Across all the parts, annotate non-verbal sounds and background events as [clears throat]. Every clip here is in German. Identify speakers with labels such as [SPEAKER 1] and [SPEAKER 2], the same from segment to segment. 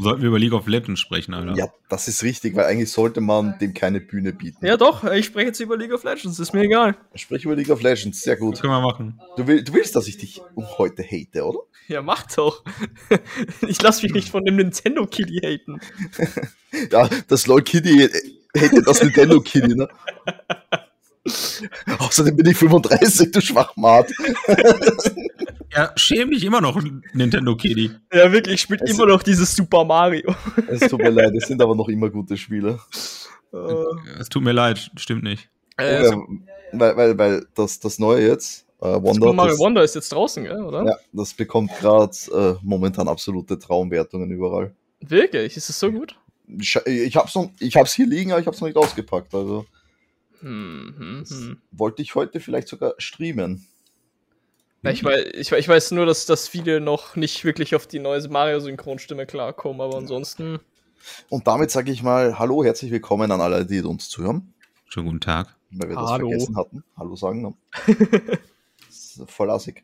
[SPEAKER 1] Sollten wir über League of Legends sprechen, Alter.
[SPEAKER 2] Ja, das ist richtig, weil eigentlich sollte man dem keine Bühne bieten.
[SPEAKER 3] Ja, doch, ich spreche jetzt über League of Legends, ist mir egal.
[SPEAKER 2] Sprich über League of Legends, sehr
[SPEAKER 1] Das
[SPEAKER 2] gut.
[SPEAKER 1] können wir machen.
[SPEAKER 2] Du, will, du willst, dass ich dich um heute hate, oder?
[SPEAKER 3] Ja, macht doch. [laughs] Ich lasse mich nicht von dem Nintendo Kitty haten.
[SPEAKER 2] Ja, das LOL Kitty äh, hätte das Nintendo Kitty, [laughs] ne? Außerdem bin ich 35, du Schwachmat.
[SPEAKER 1] Ja, schäme dich immer noch, Nintendo Kitty.
[SPEAKER 3] Ja, wirklich, spielt
[SPEAKER 2] Es-
[SPEAKER 3] immer noch dieses Super Mario.
[SPEAKER 2] Es tut mir leid, es sind aber noch immer gute Spiele. [laughs]
[SPEAKER 3] Äh,
[SPEAKER 1] Es tut mir leid, stimmt nicht.
[SPEAKER 3] äh,
[SPEAKER 2] Ja, Ähm, weil, weil, weil das, das neue jetzt, äh,
[SPEAKER 3] Super
[SPEAKER 2] Wonder,
[SPEAKER 3] Mario
[SPEAKER 2] das,
[SPEAKER 3] Wonder ist jetzt draußen, gell, oder?
[SPEAKER 2] ja, das bekommt gerade äh, momentan absolute Traumwertungen überall.
[SPEAKER 3] Wirklich, ist es so gut?
[SPEAKER 2] Ich, ich, hab's noch, ich hab's hier liegen, aber ich hab's noch nicht ausgepackt. Also
[SPEAKER 3] Hm, hm, hm.
[SPEAKER 2] wollte ich heute vielleicht sogar streamen.
[SPEAKER 3] Na, Ich, weiß, ich, we- ich weiß nur, dass, dass viele noch nicht wirklich auf die neue Mario-Synchronstimme klarkommen, aber ansonsten.
[SPEAKER 2] Und damit sage ich mal Hallo, herzlich willkommen an alle, die uns zuhören,
[SPEAKER 1] Schönen guten Tag.
[SPEAKER 2] weil wir das
[SPEAKER 3] Hallo.
[SPEAKER 2] vergessen hatten. Hallo sagen. Ne? Das ist voll assig.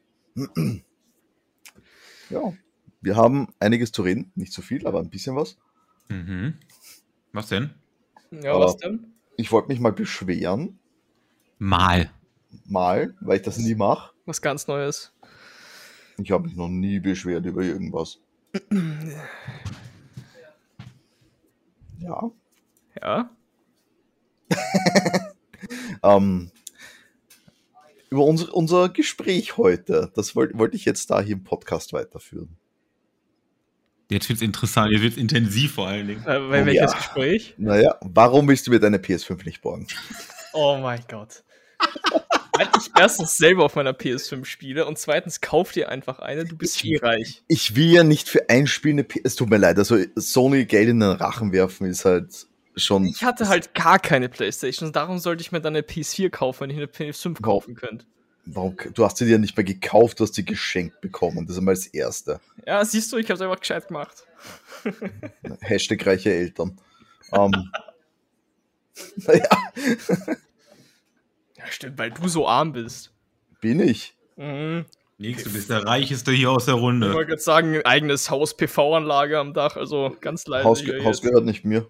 [SPEAKER 2] ja, wir haben einiges zu reden, nicht so viel, aber ein bisschen was.
[SPEAKER 1] Mhm. Was denn?
[SPEAKER 3] Ja,
[SPEAKER 2] Aber-
[SPEAKER 3] was denn?
[SPEAKER 2] Ich wollte mich mal beschweren,
[SPEAKER 1] Mal.
[SPEAKER 2] mal, weil ich das nie mache.
[SPEAKER 3] Was ganz Neues.
[SPEAKER 2] Ich habe mich noch nie beschwert über irgendwas. Ja.
[SPEAKER 3] Ja?
[SPEAKER 2] Ähm, über unser, unser Gespräch heute, das wollte wollte ich jetzt da hier im Podcast weiterführen.
[SPEAKER 1] Jetzt wird's interessant, jetzt wird's intensiv vor allen Dingen.
[SPEAKER 3] Äh, wel-
[SPEAKER 2] Oh,
[SPEAKER 3] welches
[SPEAKER 2] ja.
[SPEAKER 3] Gespräch?
[SPEAKER 2] Naja, warum willst du mir deine PS5 nicht borgen?
[SPEAKER 3] Oh mein [laughs] Gott. Weil ich erstens selber auf meiner PS5 spiele und zweitens kauf dir einfach eine, du bist eh reich.
[SPEAKER 2] Ich will ja nicht für ein Spiel eine PS... Es tut mir leid, also Sony Geld in den Rachen werfen ist halt schon...
[SPEAKER 3] Ich hatte halt gar keine Playstation, darum sollte ich mir dann eine PS4 kaufen, wenn ich eine PS5 kaufen könnte.
[SPEAKER 2] Warum, du hast sie dir nicht mehr gekauft, du hast sie geschenkt bekommen. Das ist einmal das Erste.
[SPEAKER 3] Ja, siehst du, ich hab's einfach gescheit gemacht.
[SPEAKER 2] Hashtag reiche Eltern. Ähm, naja,
[SPEAKER 3] Ja, stimmt, weil du so arm bist.
[SPEAKER 2] bin ich.
[SPEAKER 3] Mhm.
[SPEAKER 1] Nix, du bist der reicheste hier aus der
[SPEAKER 3] Ich
[SPEAKER 1] Runde.
[SPEAKER 3] wollte gerade sagen, eigenes Haus, PV-Anlage am Dach, also ganz leise.
[SPEAKER 2] Haus,
[SPEAKER 3] hier
[SPEAKER 2] Haus
[SPEAKER 3] jetzt.
[SPEAKER 2] gehört nicht mir.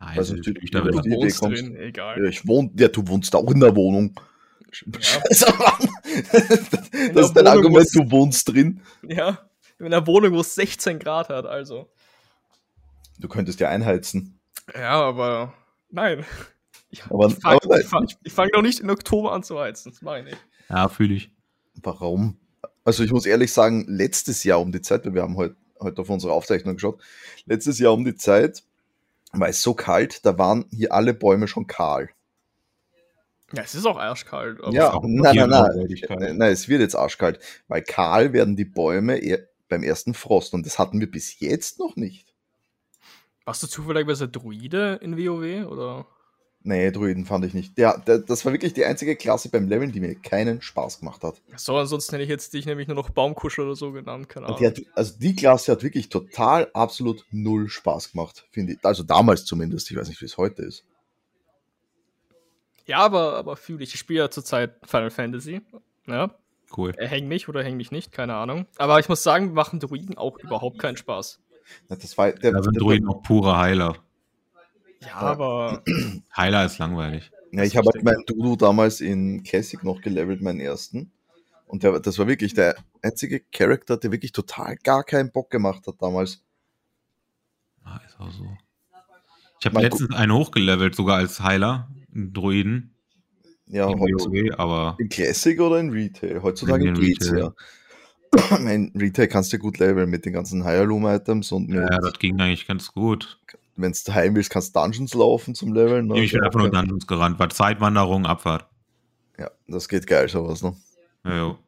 [SPEAKER 1] Nein,
[SPEAKER 2] Also,
[SPEAKER 1] das
[SPEAKER 2] du-
[SPEAKER 1] ist
[SPEAKER 2] du-
[SPEAKER 3] Du
[SPEAKER 1] damit.
[SPEAKER 2] die Idee
[SPEAKER 3] wohnst
[SPEAKER 2] kommst.
[SPEAKER 3] drin,
[SPEAKER 2] Ja,
[SPEAKER 3] egal.
[SPEAKER 2] ich wohne, ja, du wohnst auch in der Wohnung. [laughs] Scheiße, Mann.
[SPEAKER 3] In
[SPEAKER 2] Das ist
[SPEAKER 3] der
[SPEAKER 2] dein
[SPEAKER 3] Wohnung,
[SPEAKER 2] Argument,
[SPEAKER 3] wo's-
[SPEAKER 2] du wohnst drin.
[SPEAKER 3] Ja, in einer Wohnung, wo es 16 Grad hat, also.
[SPEAKER 2] Du könntest ja einheizen.
[SPEAKER 3] Ja, aber nein. [laughs] Ich,
[SPEAKER 2] Aber-
[SPEAKER 3] ich fange
[SPEAKER 2] aber nein,
[SPEAKER 3] fang, ich fang doch nicht in Oktober an zu heizen. Das mache ich nicht.
[SPEAKER 1] Ja, fühle ich.
[SPEAKER 2] Warum? Also ich muss ehrlich sagen, letztes Jahr um die Zeit, weil wir haben heute heute auf unsere Aufzeichnung geschaut, letztes Jahr um die Zeit war es so kalt, da waren hier alle Bäume schon kahl.
[SPEAKER 3] Ja, es ist auch arschkalt. Aber
[SPEAKER 2] ja,
[SPEAKER 1] auch
[SPEAKER 2] nein,
[SPEAKER 1] hier
[SPEAKER 2] nein, nein,
[SPEAKER 1] Nachhaltigkeit.
[SPEAKER 2] nein, nein, es wird jetzt arschkalt, weil kahl werden die Bäume eher beim ersten Frost und das hatten wir bis jetzt noch nicht.
[SPEAKER 3] Warst du zufällig bei der Druide in WoW? Oder?
[SPEAKER 2] Nee, Druiden fand ich nicht. Ja, da- das war wirklich die einzige Klasse beim Leveln, die mir keinen Spaß gemacht hat.
[SPEAKER 3] So, ansonsten hätte ich jetzt dich nämlich nur noch Baumkuschel oder so genannt. Keine
[SPEAKER 2] Und
[SPEAKER 3] Ahnung.
[SPEAKER 2] die hat, also die Klasse hat wirklich total absolut null Spaß gemacht, finde ich. Also damals zumindest, ich weiß nicht, wie es heute ist.
[SPEAKER 3] Ja, aber, aber fühle ich. Ich spiele ja zurzeit Final Fantasy. Ja,
[SPEAKER 1] Cool.
[SPEAKER 3] äh, häng mich oder häng mich nicht, keine Ahnung. Aber ich muss sagen, machen Druiden auch überhaupt keinen Spaß.
[SPEAKER 2] Na, Das war der,
[SPEAKER 1] Da sind
[SPEAKER 2] der,
[SPEAKER 1] Druiden auch pure Heiler.
[SPEAKER 3] Ja, aber
[SPEAKER 1] Heiler ist langweilig.
[SPEAKER 2] ja, ich habe halt meinen Dudu damals in Classic noch gelevelt, meinen ersten. Und der, das war wirklich der einzige Charakter, der wirklich total gar keinen Bock gemacht hat damals.
[SPEAKER 1] Ah, ist auch so. Ich habe
[SPEAKER 2] Mal gu-
[SPEAKER 1] letztens einen hochgelevelt, sogar als Heiler, einen Druiden.
[SPEAKER 2] Ja,
[SPEAKER 1] in
[SPEAKER 2] heutzutage-
[SPEAKER 1] WoW, E, aber
[SPEAKER 2] in Classic oder in Retail? Heutzutage
[SPEAKER 1] In
[SPEAKER 2] geht's [clears throat]
[SPEAKER 1] Retail.
[SPEAKER 2] ja. In Retail kannst du gut leveln mit den ganzen Heirloom-Items und
[SPEAKER 1] ja,
[SPEAKER 2] mit,
[SPEAKER 1] das ging eigentlich ganz gut.
[SPEAKER 2] wenn du heim willst, kannst Dungeons laufen zum Leveln. ne?
[SPEAKER 1] Ich bin einfach nur in Dungeons gerannt. War Zeitwanderung, Abfahrt.
[SPEAKER 2] Ja, das geht geil, sowas, ne?
[SPEAKER 1] Ja, jo.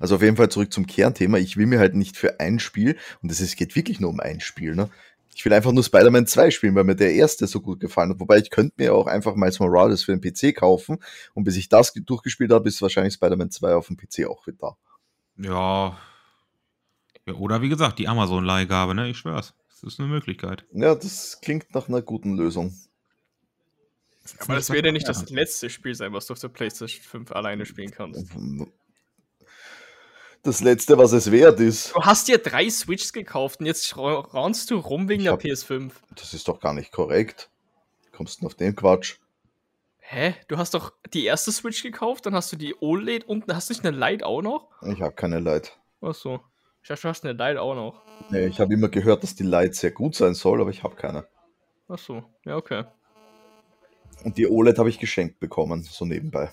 [SPEAKER 2] Also auf jeden Fall zurück zum Kernthema. Ich will mir halt nicht für ein Spiel, und es ist- geht wirklich nur um ein Spiel, ne? Ich will einfach nur Spider-Man 2 spielen, weil mir der erste so gut gefallen hat. Wobei ich könnte mir auch einfach Miles Morales für den PC kaufen. Und bis ich das ge- durchgespielt habe, ist wahrscheinlich Spider-Man 2 auf dem PC auch wieder da.
[SPEAKER 1] ja. ja. Oder wie gesagt, die Amazon-Leihgabe, ne? Ich schwör's. Das ist eine Möglichkeit.
[SPEAKER 2] Ja, das klingt nach einer guten Lösung.
[SPEAKER 3] Aber das wird ja nicht das
[SPEAKER 1] Ja.
[SPEAKER 3] letzte Spiel sein, was du auf der PlayStation 5 alleine spielen kannst.
[SPEAKER 2] das Letzte, was es wert ist.
[SPEAKER 3] Du hast dir drei Switches gekauft und jetzt ra- raunst du rum wegen
[SPEAKER 2] Ich
[SPEAKER 3] der
[SPEAKER 2] hab-
[SPEAKER 3] PS5.
[SPEAKER 2] Das ist doch gar nicht korrekt. Wie kommst du denn auf den Quatsch?
[SPEAKER 3] Hä? Du hast doch die erste Switch gekauft, dann hast du die OLED und hast du nicht eine Lite auch noch?
[SPEAKER 2] Ich habe keine Leid.
[SPEAKER 3] Achso. Ich dachte, du hast eine Lite auch noch.
[SPEAKER 2] Nee, Äh, ich habe immer gehört, dass die Light sehr gut sein soll, aber ich habe keine.
[SPEAKER 3] Achso. Ja, okay.
[SPEAKER 2] Und die OLED habe ich geschenkt bekommen, so nebenbei.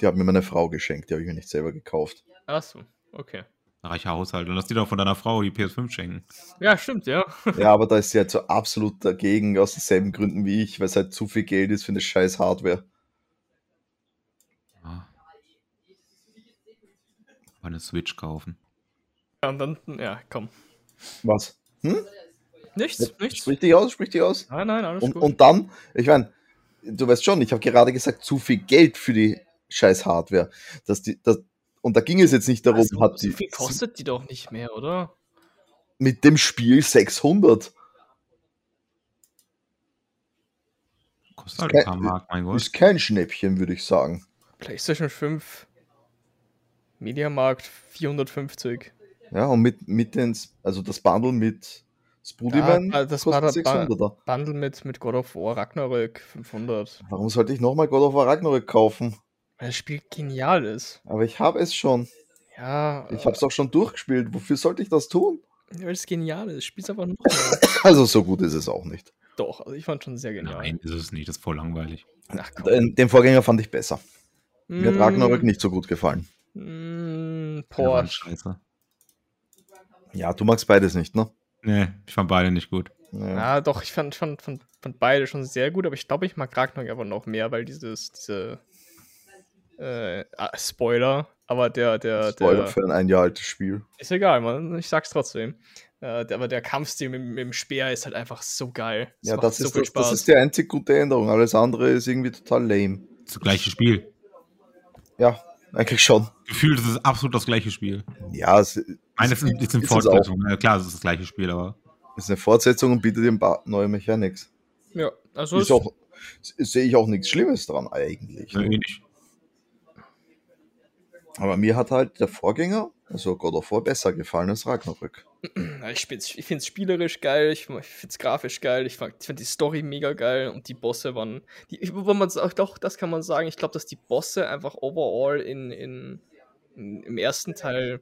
[SPEAKER 2] Die hat mir meine Frau geschenkt, die habe ich mir nicht selber
[SPEAKER 3] [laughs]
[SPEAKER 2] gekauft.
[SPEAKER 3] Achso. Okay.
[SPEAKER 1] Reicher Haushalt. Und lass dir doch von deiner Frau die PS5 schenken.
[SPEAKER 3] Ja, stimmt, ja.
[SPEAKER 2] Ja, aber da ist sie halt so absolut dagegen, aus denselben Gründen wie ich, weil es halt zu viel Geld ist für eine scheiß Hardware.
[SPEAKER 1] Ja. Mal Eine Switch kaufen.
[SPEAKER 3] ja und dann, ja, komm.
[SPEAKER 2] Was?
[SPEAKER 3] Nichts, nichts.
[SPEAKER 2] Sprich dich aus, sprich dich aus.
[SPEAKER 3] Nein, nein, alles
[SPEAKER 2] Und,
[SPEAKER 3] gut.
[SPEAKER 2] und dann, ich meine, du weißt schon, ich habe gerade gesagt, zu viel Geld für die scheiß Hardware. Dass die, dass, und da ging es jetzt nicht darum,
[SPEAKER 3] Also,
[SPEAKER 2] hat
[SPEAKER 3] so
[SPEAKER 2] die
[SPEAKER 3] viel kostet die doch nicht mehr, oder?
[SPEAKER 2] mit dem Spiel 600.
[SPEAKER 1] Kostet halt
[SPEAKER 2] Kein-
[SPEAKER 1] ein paar Mark, mein Gott.
[SPEAKER 2] Ist kein Schnäppchen, würde ich sagen.
[SPEAKER 3] PlayStation 5 Mediamarkt 450.
[SPEAKER 2] Ja, und mit, mit den, also das Bundle mit Spudiman
[SPEAKER 3] Ah, das war der Ba- Bundle mit, mit God of War Ragnarök 500.
[SPEAKER 2] Warum sollte ich nochmal God of War Ragnarök kaufen?
[SPEAKER 3] Weil das Spiel genial ist.
[SPEAKER 2] Aber ich habe es schon.
[SPEAKER 3] Ja,
[SPEAKER 2] Ich habe es auch schon durchgespielt. Wofür sollte ich das tun?
[SPEAKER 3] äh, weil es genial ist. Spiel's
[SPEAKER 2] [laughs]
[SPEAKER 3] einfach nochmal.
[SPEAKER 2] Also so gut ist es auch nicht.
[SPEAKER 3] Doch, also ich fand schon sehr genial.
[SPEAKER 1] Nein, ist es nicht. Das ist voll langweilig.
[SPEAKER 3] Ach,
[SPEAKER 2] [laughs]
[SPEAKER 3] komm.
[SPEAKER 2] Den, den Vorgänger fand ich besser. Mir hat Ragnarök
[SPEAKER 3] Mm,
[SPEAKER 2] nicht so gut gefallen.
[SPEAKER 3] Mm,
[SPEAKER 1] Beide waren
[SPEAKER 3] Porsche.
[SPEAKER 1] Scheiße.
[SPEAKER 2] Ja, du magst beides nicht, ne?
[SPEAKER 1] Nee, ich fand beide nicht gut.
[SPEAKER 2] Ja.
[SPEAKER 3] Ja, doch, ich fand, fand, fand, fand beide schon sehr gut, aber ich glaube, ich mag Ragnarök einfach noch mehr, weil dieses, diese äh, ah, Spoiler, aber der, der,
[SPEAKER 2] Spoiler
[SPEAKER 3] der,
[SPEAKER 2] für ein ein Jahr altes Spiel.
[SPEAKER 3] Ist egal, Mann. Ich sag's trotzdem. Äh, der- aber der Kampfstil mit, mit dem Speer ist halt einfach so geil. Es
[SPEAKER 2] Ja,
[SPEAKER 3] macht
[SPEAKER 2] das,
[SPEAKER 3] so
[SPEAKER 2] ist,
[SPEAKER 3] viel
[SPEAKER 2] das,
[SPEAKER 3] Spaß.
[SPEAKER 2] das ist die einzig gute Änderung. Alles andere ist irgendwie total lame.
[SPEAKER 1] Das gleiche Spiel.
[SPEAKER 2] Ja, eigentlich schon.
[SPEAKER 1] Gefühlt ist es absolut das gleiche Spiel.
[SPEAKER 2] Ja, es
[SPEAKER 1] Nein, es ist, es sind
[SPEAKER 2] es auch.
[SPEAKER 1] Fortsetzungen. Ja, klar, es ist das gleiche Spiel, aber
[SPEAKER 2] ist eine Fortsetzung und bietet ihm ba- neue Mechanics.
[SPEAKER 3] ja, also
[SPEAKER 2] ist auch, s- sehe ich auch nichts Schlimmes dran eigentlich.
[SPEAKER 1] nee, eh nicht.
[SPEAKER 2] Aber mir hat halt der Vorgänger, also God of War, besser gefallen als Ragnarök.
[SPEAKER 3] ich, find's, ich find's spielerisch geil, ich, ich find's grafisch geil, ich fand, ich fand die Story mega geil und die Bosse waren. Die, ich- wo man sagt, doch, das kann man sagen. Ich glaube, dass die Bosse einfach overall in, in, in im ersten Teil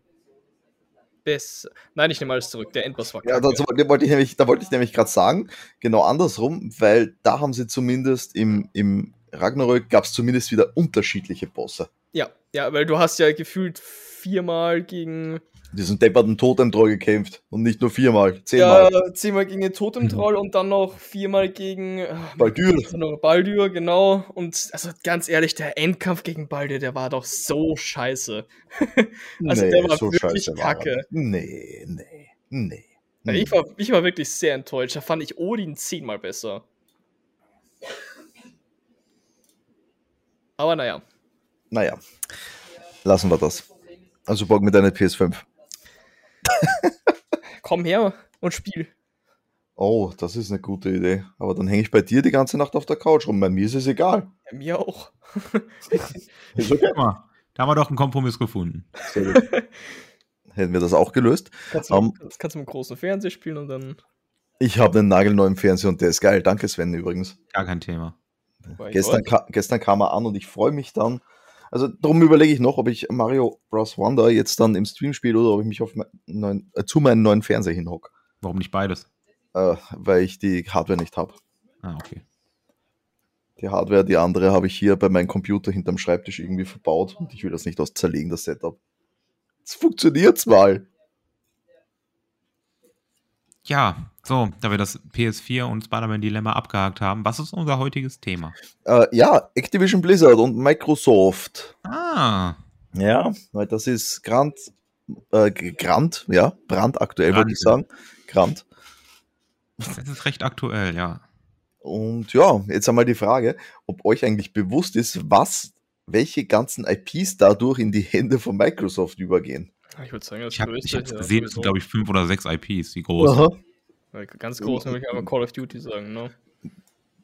[SPEAKER 3] besser. Nein, ich nehme alles zurück. Der Endboss war
[SPEAKER 2] Ja,
[SPEAKER 3] kacke.
[SPEAKER 2] dazu wollte wollte ich nämlich, da wollte ich nämlich gerade sagen, genau andersrum, weil da haben sie zumindest im, im Ragnarök gab es zumindest wieder unterschiedliche Bosse.
[SPEAKER 3] ja, ja, weil du hast ja gefühlt viermal gegen
[SPEAKER 2] Diesen depperten Totem-Troll gekämpft und nicht nur viermal,
[SPEAKER 3] Ja,
[SPEAKER 2] zehnmal.
[SPEAKER 3] zehnmal gegen den Totem-Troll und dann noch viermal gegen äh,
[SPEAKER 2] Baldur.
[SPEAKER 3] also noch Baldur, genau. Und also ganz ehrlich, der Endkampf gegen Baldur, der war doch so scheiße. [laughs] also der war wirklich
[SPEAKER 2] war er
[SPEAKER 3] kacke. Also
[SPEAKER 2] nicht. Nee, nee, nee. nee.
[SPEAKER 3] Ich war, ich war wirklich sehr enttäuscht. Da fand ich Odin zehnmal besser. Aber naja.
[SPEAKER 2] Naja, lassen wir das. Also Bock mit deiner PS5.
[SPEAKER 3] Komm her und spiel.
[SPEAKER 2] Oh, das ist eine gute Idee. Aber dann hänge ich bei dir die ganze Nacht auf der Couch rum. Bei mir ist es egal.
[SPEAKER 3] Ja, mir auch.
[SPEAKER 2] Ist
[SPEAKER 3] [laughs]
[SPEAKER 2] okay.
[SPEAKER 1] Guck mal, da haben wir doch einen Kompromiss gefunden.
[SPEAKER 2] Sehr gut. Hätten wir das auch gelöst.
[SPEAKER 3] Kannst du,
[SPEAKER 2] Ähm.
[SPEAKER 3] kannst, kannst du mit dem großen Fernseher spielen und dann.
[SPEAKER 2] Ich habe einen nagelneuen Fernseher und der ist geil. Danke, Sven, übrigens.
[SPEAKER 1] Gar kein Thema.
[SPEAKER 3] Mein
[SPEAKER 2] Gestern,
[SPEAKER 3] Gott.
[SPEAKER 2] ka gestern kam er an und ich freue mich dann. Also darum überlege ich noch, ob ich Mario Bros. Wonder jetzt dann im Stream spiele oder ob ich mich auf mein- neuen, äh, zu meinem neuen Fernseher hinhocke.
[SPEAKER 1] Warum nicht beides?
[SPEAKER 2] Äh, weil ich die Hardware nicht habe.
[SPEAKER 1] Ah, okay.
[SPEAKER 2] Die Hardware, die andere habe ich hier bei meinem Computer hinterm Schreibtisch irgendwie verbaut und ich will das nicht aus zerlegen, das Setup. Es funktioniert's mal.
[SPEAKER 1] Ja, so, da wir das PS4 und Spider-Man-Dilemma abgehakt haben, was ist unser heutiges Thema?
[SPEAKER 2] Äh, ja, Activision Blizzard und Microsoft.
[SPEAKER 1] Ah,
[SPEAKER 2] Ja, weil das ist Grand, äh, G- Grand, ja, brandaktuell würde ich sagen.
[SPEAKER 1] Brand.
[SPEAKER 2] Grand.
[SPEAKER 1] das ist recht aktuell, ja.
[SPEAKER 2] Und ja, jetzt einmal die Frage, ob euch eigentlich bewusst ist, was, welche ganzen IPs dadurch in die Hände von Microsoft übergehen.
[SPEAKER 3] Ich würde sagen, das
[SPEAKER 1] Ich habe
[SPEAKER 3] größte.
[SPEAKER 1] ich hab's
[SPEAKER 3] ja,
[SPEAKER 1] gesehen, es sind,
[SPEAKER 3] sowieso.
[SPEAKER 1] glaube ich, fünf oder sechs IPs, die großen.
[SPEAKER 3] Weil Ganz
[SPEAKER 2] Oh.
[SPEAKER 3] groß, nämlich einfach Call of Duty sagen, ne?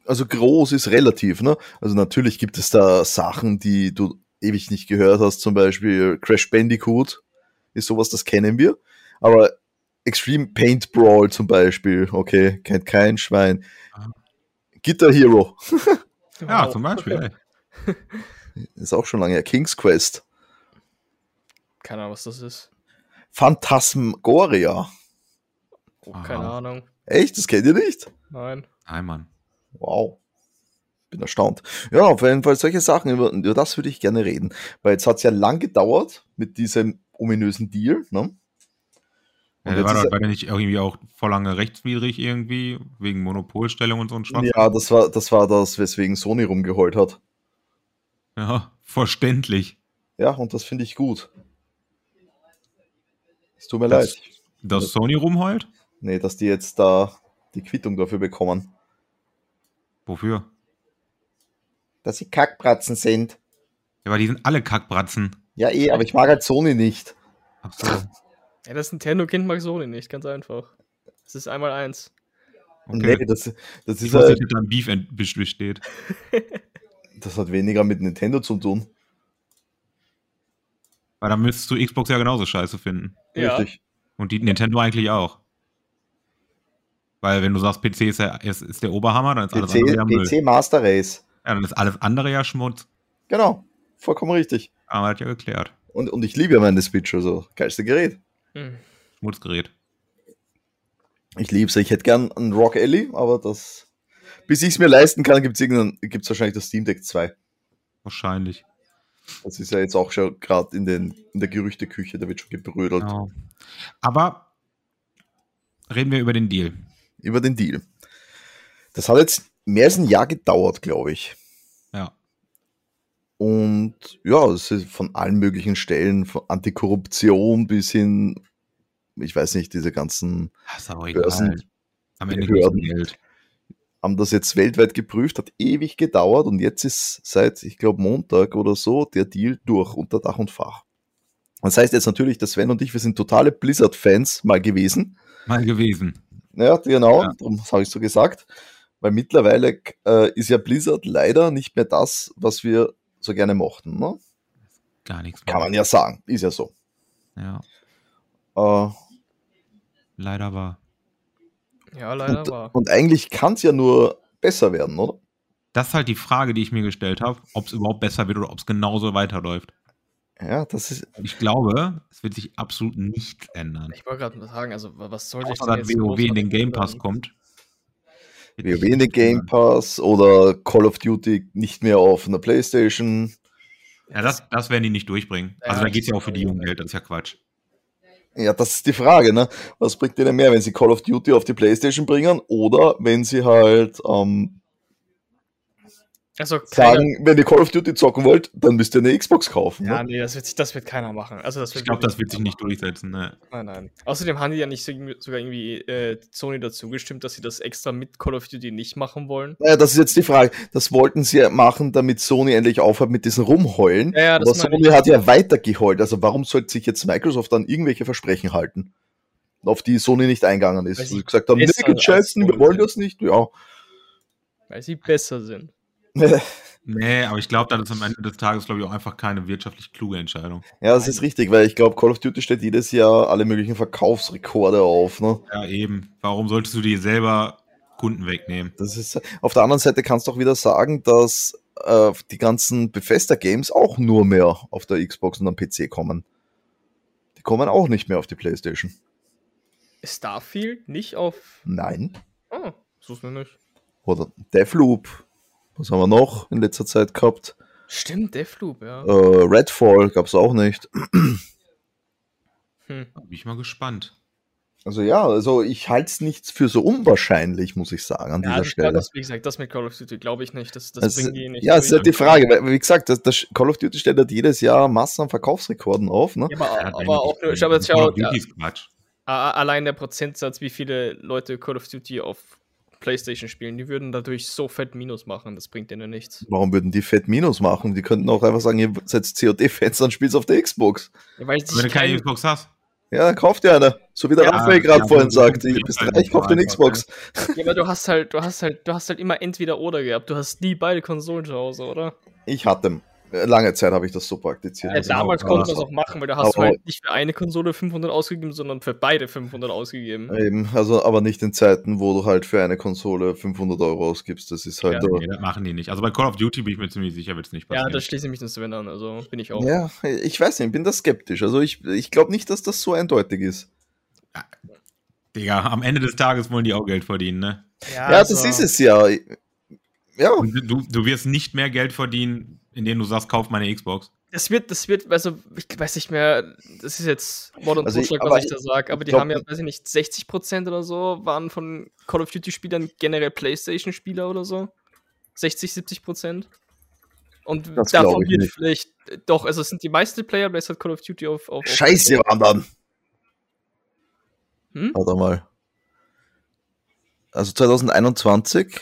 [SPEAKER 2] Also groß ist relativ, ne? Also natürlich gibt es da Sachen, die du ewig nicht gehört hast, zum Beispiel Crash Bandicoot. ist sowas, das kennen wir. Aber Extreme Paint Brawl zum Beispiel, okay, kennt kein Schwein. Guitar Hero,
[SPEAKER 1] Ja, zum Beispiel. Ey.
[SPEAKER 2] ist auch schon lange her. King's Quest.
[SPEAKER 3] Keine Ahnung, was das ist.
[SPEAKER 2] Phantasmagoria.
[SPEAKER 3] Oh, keine
[SPEAKER 1] Aha.
[SPEAKER 3] Ahnung.
[SPEAKER 2] Echt? Das kennt ihr nicht?
[SPEAKER 3] Nein.
[SPEAKER 1] Nein, Mann.
[SPEAKER 2] Wow. Bin erstaunt. Ja, auf jeden Fall solche Sachen, über, über das würde ich gerne reden. Weil jetzt hat es ja lang gedauert mit diesem ominösen Deal. Ne?
[SPEAKER 1] Ja,
[SPEAKER 2] Und
[SPEAKER 1] der war
[SPEAKER 2] jetzt ist
[SPEAKER 1] Also, doch beide nicht irgendwie auch vor lange rechtswidrig irgendwie, wegen Monopolstellung und so ein Schwachsinn.
[SPEAKER 2] Ja, das war, das war das, weswegen Sony rumgeheult hat.
[SPEAKER 1] Ja. verständlich.
[SPEAKER 2] Ja, und das finde ich gut. Es tut mir
[SPEAKER 1] Das-
[SPEAKER 2] leid.
[SPEAKER 1] Dass Sony rumheult?
[SPEAKER 2] Nee, dass die jetzt da die Quittung dafür bekommen.
[SPEAKER 1] Wofür?
[SPEAKER 2] Dass sie Kackbratzen sind.
[SPEAKER 1] Ja, aber die sind alle Kackbratzen.
[SPEAKER 2] Ja, eh, aber ich mag halt Sony nicht.
[SPEAKER 1] Ach
[SPEAKER 2] [laughs]
[SPEAKER 1] so.
[SPEAKER 3] Ja, das Nintendo-Kind mag Sony nicht, ganz einfach. Es ist einmal eins.
[SPEAKER 1] Okay.
[SPEAKER 2] Nee, das, das
[SPEAKER 1] ich
[SPEAKER 2] ist
[SPEAKER 1] wusste
[SPEAKER 2] halt,
[SPEAKER 1] nicht, dass da ein Beef ent- bes- besteht.
[SPEAKER 2] das hat weniger mit Nintendo zu tun.
[SPEAKER 1] Weil dann müsstest du Xbox ja genauso scheiße finden.
[SPEAKER 3] Ja.
[SPEAKER 2] Richtig.
[SPEAKER 1] Und die Nintendo eigentlich auch. Weil wenn du sagst, PC ist, ja, ist, ist der Oberhammer, Ah, dann ist alles andere
[SPEAKER 2] PC,
[SPEAKER 1] ja Müll.
[SPEAKER 2] PC Master Race.
[SPEAKER 1] Ja, dann ist alles andere ja Schmutz.
[SPEAKER 2] Genau. Vollkommen richtig.
[SPEAKER 1] Aber hat ja geklärt.
[SPEAKER 2] Und, und ich liebe ja meine Switch, also geilste Gerät.
[SPEAKER 3] Hm.
[SPEAKER 1] Schmutzgerät.
[SPEAKER 2] Ich liebe es. Ich hätte gern einen Rock Alley, aber das. Bis ich es mir leisten kann, gibt es wahrscheinlich das Steam Deck 2.
[SPEAKER 1] Wahrscheinlich.
[SPEAKER 2] Das ist ja jetzt auch schon gerade in, den- in der Gerüchteküche, da wird schon gebrödelt.
[SPEAKER 1] Genau. Aber reden wir über den Deal.
[SPEAKER 2] Über den Deal. Das hat jetzt mehr als ein Jahr gedauert, glaube ich.
[SPEAKER 1] Ja.
[SPEAKER 2] Und ja, es ist von allen möglichen Stellen, von Antikorruption bis hin, ich weiß nicht, diese ganzen
[SPEAKER 1] Das ist aber egal.
[SPEAKER 2] Börsen
[SPEAKER 1] Am Ende geht's um
[SPEAKER 2] Behörden.
[SPEAKER 1] Geld.
[SPEAKER 2] haben das jetzt weltweit geprüft, hat ewig gedauert und jetzt ist seit, ich glaube, Montag oder so der Deal durch, unter Dach und Fach. Das heißt jetzt natürlich, dass Sven und ich, wir sind totale Blizzard-Fans mal gewesen.
[SPEAKER 1] Mal gewesen.
[SPEAKER 2] Ja, genau,
[SPEAKER 1] Ja.
[SPEAKER 2] darum habe ich so gesagt. Weil mittlerweile äh, ist ja Blizzard leider nicht mehr das, was wir so gerne mochten. Ne?
[SPEAKER 1] Gar nichts mehr.
[SPEAKER 2] Kann man ja sagen, ist ja so.
[SPEAKER 1] Ja,
[SPEAKER 2] Äh,
[SPEAKER 1] leider war.
[SPEAKER 3] Ja,
[SPEAKER 1] äh,
[SPEAKER 3] leider war.
[SPEAKER 2] und, und eigentlich kann es ja nur besser werden, oder?
[SPEAKER 1] Das ist halt die Frage, die ich mir gestellt habe, ob es überhaupt besser wird oder ob es genauso weiterläuft.
[SPEAKER 2] Ja, das ist,
[SPEAKER 1] Ich glaube, es wird sich absolut nichts ändern.
[SPEAKER 3] Ich wollte gerade mal sagen, also wa- was sollte ich
[SPEAKER 1] Außer dass WoW in den Game Pass kommt. Wird
[SPEAKER 2] WoW
[SPEAKER 1] sich
[SPEAKER 2] in den
[SPEAKER 1] nichts
[SPEAKER 2] Game
[SPEAKER 1] ändern.
[SPEAKER 2] Pass oder Call of Duty nicht mehr auf einer Playstation.
[SPEAKER 1] Ja, das, das werden die nicht durchbringen.
[SPEAKER 3] Ja,
[SPEAKER 1] also da
[SPEAKER 3] das
[SPEAKER 1] geht es ja
[SPEAKER 3] ist
[SPEAKER 1] auch für die
[SPEAKER 3] klar.
[SPEAKER 1] jungen Geld, das ist ja Quatsch.
[SPEAKER 2] Ja, das ist die Frage, ne? Was bringt denen mehr, wenn sie Call of Duty auf die Playstation bringen oder wenn sie halt ähm,
[SPEAKER 3] Also, keiner,
[SPEAKER 2] sagen, wenn ihr Call of Duty zocken wollt, dann müsst ihr eine Xbox kaufen.
[SPEAKER 3] ja,
[SPEAKER 2] ne?
[SPEAKER 3] nee, das wird, sich, das wird keiner machen. Also, das wird
[SPEAKER 1] Ich glaube,
[SPEAKER 3] wirklich
[SPEAKER 1] das wird sich
[SPEAKER 3] keiner
[SPEAKER 1] nicht durchsetzen. Ne.
[SPEAKER 3] Nein, nein. Außerdem haben die ja nicht so- sogar irgendwie äh, Sony dazu gestimmt, dass sie das extra mit Call of Duty nicht machen wollen.
[SPEAKER 2] Naja, das ist jetzt die Frage. Das wollten sie ja machen, damit Sony endlich aufhört mit diesen Rumheulen.
[SPEAKER 3] Ja, ja, das
[SPEAKER 2] Aber
[SPEAKER 3] meine
[SPEAKER 2] Sony hat ja weitergeheult. Also warum sollte sich jetzt Microsoft an irgendwelche Versprechen halten, auf die Sony nicht eingegangen ist?
[SPEAKER 3] Weil
[SPEAKER 2] Weil
[SPEAKER 3] sie
[SPEAKER 2] sie gesagt haben,
[SPEAKER 3] besser
[SPEAKER 2] Nick
[SPEAKER 3] als
[SPEAKER 2] Jensen, wir
[SPEAKER 3] Sony
[SPEAKER 2] wollen
[SPEAKER 3] sind.
[SPEAKER 2] das nicht. Ja,
[SPEAKER 3] Weil sie besser sind.
[SPEAKER 1] Nee, aber ich glaube, das ist am Ende des Tages, glaube ich, auch einfach keine wirtschaftlich kluge Entscheidung.
[SPEAKER 2] Ja, das ist richtig, weil ich glaube, Call of Duty stellt jedes Jahr alle möglichen Verkaufsrekorde auf. Ne?
[SPEAKER 1] Ja, eben. Warum solltest du dir selber Kunden wegnehmen?
[SPEAKER 2] Das ist, auf der anderen Seite kannst du auch wieder sagen, dass äh, die ganzen Bethesda-Games auch nur mehr auf der Xbox und am PC kommen. Die kommen auch nicht mehr auf die Playstation.
[SPEAKER 3] Starfield nicht auf.
[SPEAKER 2] Nein.
[SPEAKER 3] Oh, so ist mir nicht.
[SPEAKER 2] Oder Deathloop. Was haben wir noch in letzter Zeit gehabt?
[SPEAKER 3] Stimmt, Deathloop, ja.
[SPEAKER 2] Äh, Redfall gab es auch nicht.
[SPEAKER 3] Hm.
[SPEAKER 1] Da bin ich mal gespannt.
[SPEAKER 2] Also ja, also ich halte es nicht für so unwahrscheinlich, muss ich sagen, an
[SPEAKER 3] Ja,
[SPEAKER 2] dieser
[SPEAKER 3] also ich glaub,
[SPEAKER 2] Stelle.
[SPEAKER 3] das, wie gesagt, das mit Call of Duty glaube ich nicht. Das, das
[SPEAKER 2] Das-
[SPEAKER 3] bringen die nicht.
[SPEAKER 2] ja, es ist
[SPEAKER 3] durch.
[SPEAKER 2] halt die Frage, weil, wie gesagt, das, das Call of Duty stellt halt jedes Jahr Massen an Verkaufsrekorden auf. Ne?
[SPEAKER 3] ja, aber,
[SPEAKER 1] Ja,
[SPEAKER 3] aber auch nur, ich habe jetzt
[SPEAKER 1] Call
[SPEAKER 3] ja,
[SPEAKER 1] of Duty ist Quatsch.
[SPEAKER 3] a- allein der Prozentsatz, wie viele Leute Call of Duty auf PlayStation spielen, die würden dadurch so fett Minus machen. Das bringt denen nichts.
[SPEAKER 2] Warum würden die Fett Minus machen? Die könnten auch einfach sagen, ihr seid COD-Fans, dann spielt's auf der Xbox.
[SPEAKER 3] Ja, weil sich
[SPEAKER 1] Wenn du keine
[SPEAKER 3] kein-
[SPEAKER 1] Xbox hast.
[SPEAKER 2] Ja, dann kauft ihr eine. So wie der
[SPEAKER 3] Ja,
[SPEAKER 2] Raphael gerade
[SPEAKER 1] ja,
[SPEAKER 2] vorhin
[SPEAKER 1] das
[SPEAKER 2] sagt,
[SPEAKER 1] ist
[SPEAKER 2] ihr bist
[SPEAKER 1] ein
[SPEAKER 2] reich, kauft eine
[SPEAKER 1] Vertrag,
[SPEAKER 2] Xbox.
[SPEAKER 3] Ja, aber du hast halt, du hast halt, du hast halt immer entweder oder gehabt. Du hast nie beide Konsolen zu Hause, oder?
[SPEAKER 2] Ich hatte. äh, Lange Zeit habe ich das so praktiziert. Also,
[SPEAKER 3] Ja, damals konnte man es auch machen, weil da hast du
[SPEAKER 2] genau, Aber-
[SPEAKER 3] halt nicht für eine Konsole 500 ausgegeben, sondern für beide 500 ausgegeben.
[SPEAKER 2] Eben, also aber nicht in Zeiten, wo du halt für eine Konsole 500 Euro ausgibst. Das ist halt.
[SPEAKER 3] Ja,
[SPEAKER 2] so-
[SPEAKER 1] Nee, das machen die nicht. Also bei Call of Duty bin ich mir ziemlich sicher, wird es nicht
[SPEAKER 3] Ja,
[SPEAKER 1] passieren.
[SPEAKER 3] da schließe ich mich den Sven an, also bin ich auch.
[SPEAKER 2] ja, ich weiß nicht, ich bin da skeptisch. Also ich, ich glaube nicht, dass das so eindeutig ist.
[SPEAKER 1] Digga, am Ende des Tages wollen die auch Geld verdienen, ne?
[SPEAKER 2] ja, also das ist es ja. Ja,
[SPEAKER 1] Und du, du wirst nicht mehr Geld verdienen, indem du sagst, kauf meine Xbox.
[SPEAKER 3] Das wird, das wird, also ich weiß nicht mehr, das ist jetzt Modern
[SPEAKER 2] Also ich-
[SPEAKER 3] Totschlag,
[SPEAKER 2] aber
[SPEAKER 3] was ich da sage, aber die
[SPEAKER 2] glaub-
[SPEAKER 3] haben ja, weiß ich nicht, 60% oder so waren von Call of Duty-Spielern generell Playstation-Spieler oder so. 60, 70%. Und
[SPEAKER 2] Das
[SPEAKER 3] davon
[SPEAKER 2] glaub ich
[SPEAKER 3] wird
[SPEAKER 2] nicht.
[SPEAKER 3] vielleicht, doch, also es sind die meisten Player, aber es hat Call of Duty auf. auf auf-
[SPEAKER 2] scheiße waren dann.
[SPEAKER 3] Hm?
[SPEAKER 2] Warte mal. Also 2021.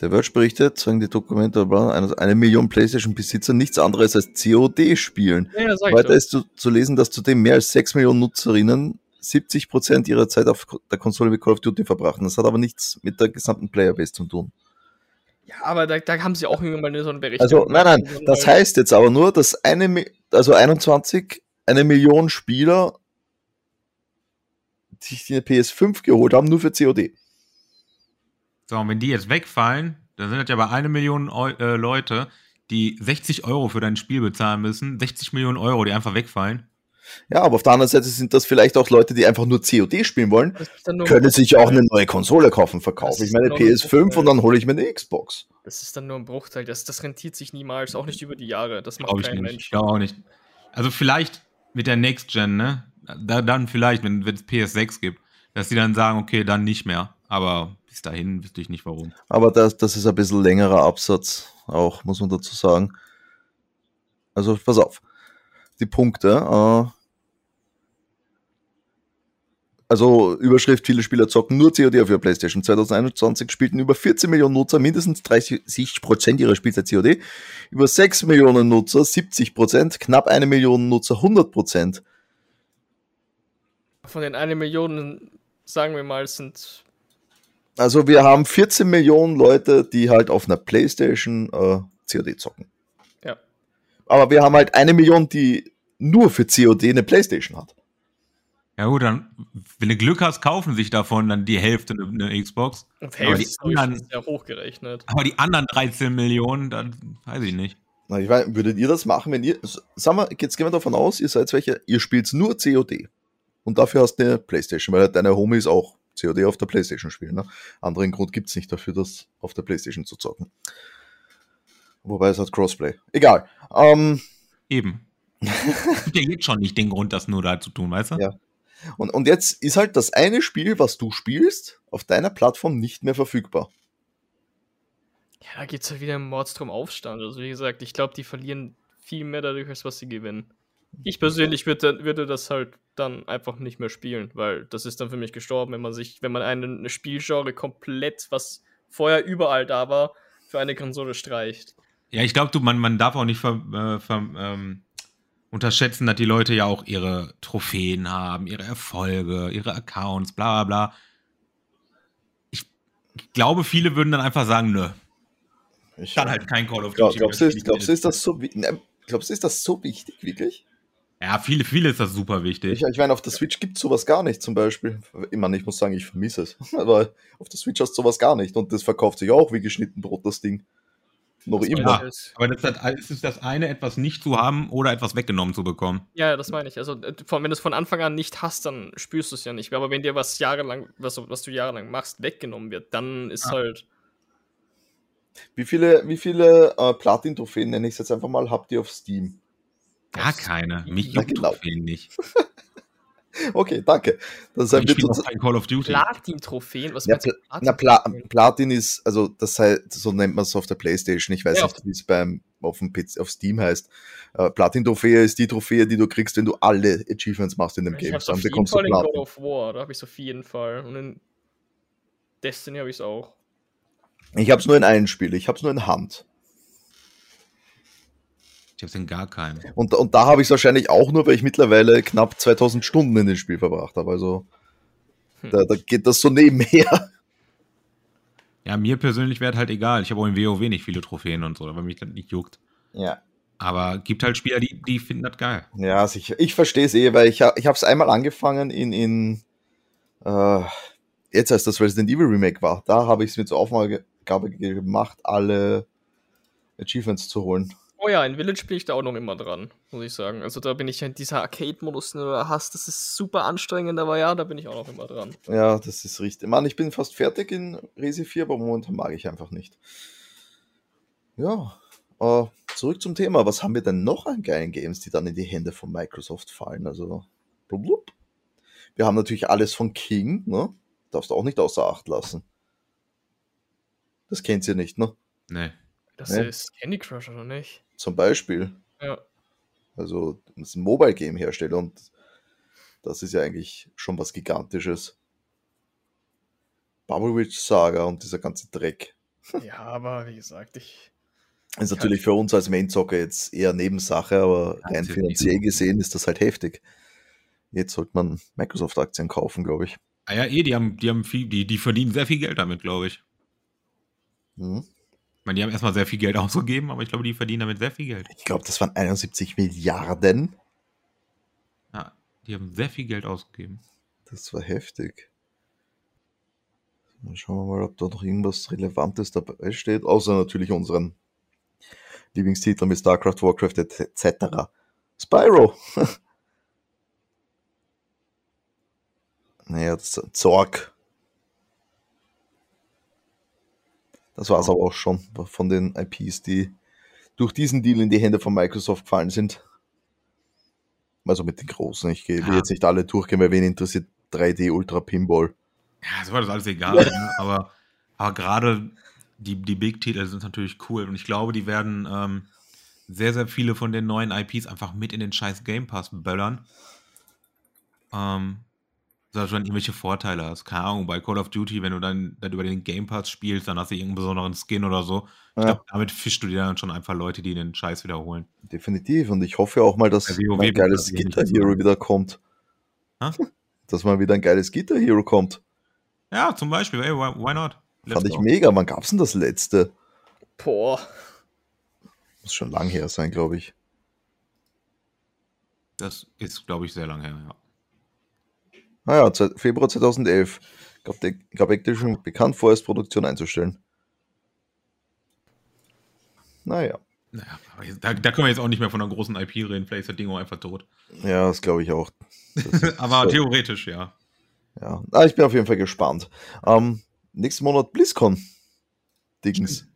[SPEAKER 2] Der Verge berichtet, sagen die Dokumente, bla, eine eine Million PlayStation-Besitzer nichts anderes als COD spielen.
[SPEAKER 3] Ja, ja, sag ich
[SPEAKER 2] Weiter
[SPEAKER 3] doch.
[SPEAKER 2] ist zu, zu lesen, dass zudem mehr als 6 Millionen Nutzerinnen 70 Prozent ihrer Zeit auf Ko- der Konsole mit Call of Duty verbrachten. Das hat aber nichts mit der gesamten Playerbase zu tun.
[SPEAKER 3] Ja, aber da, da haben sie auch irgendwann mal so einen Bericht.
[SPEAKER 2] Also,
[SPEAKER 3] gemacht, halt,
[SPEAKER 2] nein,
[SPEAKER 3] so
[SPEAKER 2] nein,
[SPEAKER 3] einen
[SPEAKER 2] das
[SPEAKER 3] neuen-
[SPEAKER 2] heißt jetzt aber nur, dass eine, Mi- also 21, eine Million Spieler sich die PS5 geholt haben, nur für COD.
[SPEAKER 1] So, und wenn die jetzt wegfallen, dann sind das ja bei einer Million Eu äh, Leute, die 60 Euro für dein Spiel bezahlen müssen, 60 Millionen Euro, die einfach wegfallen.
[SPEAKER 2] Ja, aber auf der anderen Seite sind das vielleicht auch Leute, die einfach nur COD spielen wollen,
[SPEAKER 3] Das ist dann nur-
[SPEAKER 2] können sich auch eine neue Konsole kaufen,
[SPEAKER 3] Das
[SPEAKER 2] verkaufe ich
[SPEAKER 3] ist
[SPEAKER 2] meine
[SPEAKER 3] doch
[SPEAKER 2] PS5
[SPEAKER 3] okay.
[SPEAKER 2] und dann hole ich mir eine Xbox.
[SPEAKER 3] Das ist dann nur ein Bruchteil. Das, das rentiert sich niemals, auch nicht über die Jahre. Das macht
[SPEAKER 1] Glaube ich
[SPEAKER 3] kein
[SPEAKER 1] nicht.
[SPEAKER 3] Mensch.
[SPEAKER 1] Ich glaube auch nicht. Also vielleicht mit der Next Gen, ne? Da, dann vielleicht, wenn es PS6 gibt, dass die dann sagen, okay, dann nicht mehr. Aber bis dahin wüsste ich nicht warum.
[SPEAKER 2] Aber das, das ist ein bisschen längerer Absatz, auch, muss man dazu sagen. Also, pass auf. Die Punkte. Äh, also, Überschrift: Viele Spieler zocken nur COD auf ihrer PlayStation. 2021 spielten über 14 Millionen Nutzer mindestens 30% ihrer Spielzeit COD. Über 6 Millionen Nutzer 70%, knapp eine Million Nutzer 100%.
[SPEAKER 3] Von den eine Million, sagen wir mal, sind
[SPEAKER 2] Also, wir haben 14 Millionen Leute, die halt auf einer PlayStation äh, COD zocken.
[SPEAKER 3] Ja.
[SPEAKER 2] Aber wir haben halt eine Million, die nur für COD eine Playstation hat.
[SPEAKER 1] Ja gut, dann, wenn du Glück hast, kaufen sich davon dann die Hälfte eine, eine Xbox.
[SPEAKER 3] Und
[SPEAKER 1] Aber
[SPEAKER 3] Hälfte
[SPEAKER 1] die
[SPEAKER 3] ist glaub ich,
[SPEAKER 1] anderen-
[SPEAKER 3] schon sehr hochgerechnet.
[SPEAKER 1] Aber die anderen 13 Millionen, dann weiß ich nicht.
[SPEAKER 2] Na, ich weiß, würdet ihr das machen, wenn ihr. s- Sagen wir, jetzt gehen wir davon aus, ihr seid welche, ihr spielt nur COD. Und dafür hast du eine Playstation, weil halt deine Homies auch COD auf der Playstation spielen. Ne? Anderen Grund gibt es nicht dafür, das auf der Playstation zu zocken. Wobei es hat Crossplay. Egal. Ähm, [laughs]
[SPEAKER 1] Eben. Es gibt ja jetzt schon nicht den Grund, das nur da zu tun, weißt du?
[SPEAKER 2] Ja. und, und jetzt ist halt das eine Spiel, was du spielst, auf deiner Plattform nicht mehr verfügbar.
[SPEAKER 3] Ja, da gibt es ja wieder einen Mordstrom Aufstand. Also wie gesagt, ich glaube, die verlieren viel mehr dadurch, als was sie gewinnen. Ich persönlich würde, würde das halt dann einfach nicht mehr spielen, weil das ist dann für mich gestorben, wenn man sich, wenn man eine, eine Spielgenre komplett, was vorher überall da war, für eine Konsole streicht.
[SPEAKER 1] Ja, ich glaube, man, man darf auch nicht ver, äh, ver, ähm, unterschätzen, dass die Leute ja auch ihre Trophäen haben, ihre Erfolge, ihre Accounts, bla bla bla. Ich, ich glaube, viele würden dann einfach sagen, nö,
[SPEAKER 2] Ich
[SPEAKER 1] dann halt kein Call of
[SPEAKER 2] Glaub,
[SPEAKER 1] Duty.
[SPEAKER 2] glaubst, du,
[SPEAKER 1] mehr
[SPEAKER 2] ist,
[SPEAKER 1] spielen.
[SPEAKER 2] glaubst, du, ist das so, wi- ne, glaubst du, ist das so wichtig, wirklich?
[SPEAKER 1] Ja, viele, viele ist das super wichtig.
[SPEAKER 2] Ich, ich meine, auf der Switch gibt sowas gar nicht zum Beispiel. Ich meine, ich muss sagen, ich vermisse es. [laughs] Aber auf der Switch hast du sowas gar nicht. Und das verkauft sich auch wie geschnitten Brot, das Ding. Noch
[SPEAKER 3] Das
[SPEAKER 2] immer.
[SPEAKER 3] meine ich.
[SPEAKER 1] Aber das, hat- es ist das eine, etwas nicht zu haben oder etwas weggenommen zu bekommen.
[SPEAKER 3] Ja, ja, das meine ich. Also, äh, von, wenn du es von Anfang an nicht hast, dann spürst du es ja nicht mehr. Aber wenn dir was jahrelang, was, was du jahrelang machst, weggenommen wird, dann ist
[SPEAKER 1] Ja.
[SPEAKER 2] Ah,
[SPEAKER 3] halt.
[SPEAKER 2] Wie viele, wie viele äh, Platin-Trophäen, nenne ich es jetzt einfach mal, habt ihr auf Steam?
[SPEAKER 1] Gar keine. Mich
[SPEAKER 3] Ja,
[SPEAKER 1] juckt
[SPEAKER 2] genau.
[SPEAKER 1] Trophäen nicht.
[SPEAKER 2] Okay, danke. Das ist ein
[SPEAKER 1] Ich
[SPEAKER 2] Witz.
[SPEAKER 1] spiele auch kein Call of Duty.
[SPEAKER 3] Platin-Trophäen? Was
[SPEAKER 2] Ja,
[SPEAKER 3] meinst du?
[SPEAKER 2] Na, Pla
[SPEAKER 3] Platin-Trophäen?
[SPEAKER 2] Platin ist, also das heißt, so nennt man es auf der Playstation. Ich weiß
[SPEAKER 3] Ja.
[SPEAKER 2] nicht, wie es beim auf dem PC, auf Steam heißt. Äh, Platin-Trophäe ist die Trophäe, die du kriegst, wenn du alle Achievements machst in dem
[SPEAKER 3] Ich
[SPEAKER 2] Game.
[SPEAKER 3] hab's
[SPEAKER 2] Dann
[SPEAKER 3] auf jeden
[SPEAKER 2] bekommst du
[SPEAKER 3] Fall in God
[SPEAKER 2] Platin.
[SPEAKER 3] of War, da hab ich's auf jeden Fall. Und in Destiny hab ich's auch.
[SPEAKER 2] Ich hab's nur in einem Spiel, ich hab's nur in Hand.
[SPEAKER 1] Ich hab's in gar keinem.
[SPEAKER 2] Und, und da habe ich es wahrscheinlich auch nur, weil ich mittlerweile knapp 2000 Stunden in dem Spiel verbracht habe. Also
[SPEAKER 3] Hm.
[SPEAKER 2] da, da geht das so nebenher.
[SPEAKER 1] Ja, mir persönlich wäre halt egal. Ich habe auch in WoW nicht viele Trophäen und so, weil mich das nicht juckt.
[SPEAKER 2] Ja.
[SPEAKER 1] Aber gibt halt Spieler, die, die finden das geil.
[SPEAKER 2] Ja, also ich, ich verstehe es eh, weil ich, ha- ich habe es einmal angefangen in, in äh, jetzt als das Resident Evil Remake war. Da habe ich es mir zur Aufgabe ge- gemacht, alle Achievements zu holen.
[SPEAKER 3] Oh ja, in Village bin ich da auch noch immer dran, muss ich sagen. Also da bin ich in dieser Arcade-Modus, den du da hast, das ist super anstrengend, aber ja, da bin ich auch noch immer dran.
[SPEAKER 2] Ja, das ist richtig. Mann, ich bin fast fertig in Resi 4, aber momentan mag ich einfach nicht. Ja, äh, zurück zum Thema. Was haben wir denn noch an geilen Games, die dann in die Hände von Microsoft fallen? Also, blub, blub. wir haben natürlich alles von King, ne? Darfst du auch nicht außer Acht lassen. Das kennt ihr nicht, ne?
[SPEAKER 1] Nee.
[SPEAKER 3] Das
[SPEAKER 2] Ne?
[SPEAKER 3] ist Candy Crush,
[SPEAKER 2] [laughs]
[SPEAKER 3] oder nicht?
[SPEAKER 2] Zum Beispiel.
[SPEAKER 3] Ja.
[SPEAKER 2] Also, das ist ein Mobile-Game-Hersteller und das ist ja eigentlich schon was Gigantisches. Bubble Witch Saga und dieser ganze Dreck.
[SPEAKER 3] ja, aber wie gesagt, ich.
[SPEAKER 2] Ist natürlich für uns als Main-Zocker jetzt eher Nebensache, aber rein
[SPEAKER 1] Natürlich.
[SPEAKER 2] finanziell gesehen ist das halt heftig. Jetzt sollte man Microsoft-Aktien kaufen, glaube ich.
[SPEAKER 1] Ah ja, eh, die haben, die haben viel, die, die verdienen sehr viel Geld damit, glaube ich.
[SPEAKER 2] Hm?
[SPEAKER 1] Ich meine, die haben erstmal sehr viel Geld [laughs] ausgegeben, aber ich glaube, die verdienen damit sehr viel Geld.
[SPEAKER 2] Ich glaube, das waren 71 Milliarden.
[SPEAKER 1] Ja, die haben sehr viel Geld ausgegeben.
[SPEAKER 2] Das war heftig. Dann schauen wir mal, ob da noch irgendwas Relevantes dabei steht, außer natürlich unseren Lieblingstiteln wie StarCraft, Warcraft etc. Spyro! [laughs] naja, das Zorg. Das war es aber auch schon von den IPs, die durch diesen Deal in die Hände von Microsoft gefallen sind. Also mit den großen. Ich geh- will
[SPEAKER 1] Ja.
[SPEAKER 2] jetzt nicht alle durchgehen, weil wen interessiert 3D Ultra Pinball?
[SPEAKER 1] Ja, so war das alles egal. Ne?
[SPEAKER 2] [laughs]
[SPEAKER 1] Aber, aber gerade die, die Big-Titel sind natürlich cool. Und ich glaube, die werden ähm, sehr, sehr viele von den neuen IPs einfach mit in den scheiß Game Pass böllern. Ähm, dass du dann irgendwelche Vorteile hast. Keine Ahnung, bei Call of Duty, wenn du dann, dann über den Game Pass spielst, dann hast du irgendeinen besonderen Skin oder so. Ich
[SPEAKER 2] Ja.
[SPEAKER 1] glaub, damit fischst du dir dann schon einfach Leute, die den Scheiß wiederholen.
[SPEAKER 2] Definitiv. Und ich hoffe auch mal, dass
[SPEAKER 1] Bei WoW
[SPEAKER 2] mein
[SPEAKER 1] wird
[SPEAKER 2] geiles
[SPEAKER 1] das eh nicht
[SPEAKER 2] Guitar
[SPEAKER 1] so
[SPEAKER 2] Hero
[SPEAKER 1] sein.
[SPEAKER 2] wieder kommt.
[SPEAKER 1] Hä?
[SPEAKER 2] Dass mal wieder ein geiles Guitar Hero kommt.
[SPEAKER 1] Ja, zum Beispiel, ey, why, why not? Let's
[SPEAKER 2] Fand ich
[SPEAKER 1] go.
[SPEAKER 2] mega. Wann gab's denn das letzte?
[SPEAKER 3] Boah.
[SPEAKER 2] Muss schon lang her sein, glaube ich.
[SPEAKER 1] Das ist, glaube ich, sehr lange her. Ja.
[SPEAKER 2] Naja, seit Februar 2011 gab, der, gab Activision bekannt vor, erst Produktion einzustellen. Naja,
[SPEAKER 1] Naja, aber jetzt- da, da können wir jetzt auch nicht mehr von einer großen IP reden. Vielleicht ist das Ding auch einfach tot.
[SPEAKER 2] ja, das glaube ich auch.
[SPEAKER 1] aber
[SPEAKER 2] so.
[SPEAKER 1] theoretisch, ja.
[SPEAKER 2] [laughs] Ja. Ah, ich bin auf jeden Fall gespannt. Ähm, nächsten Monat BlizzCon. Dickens.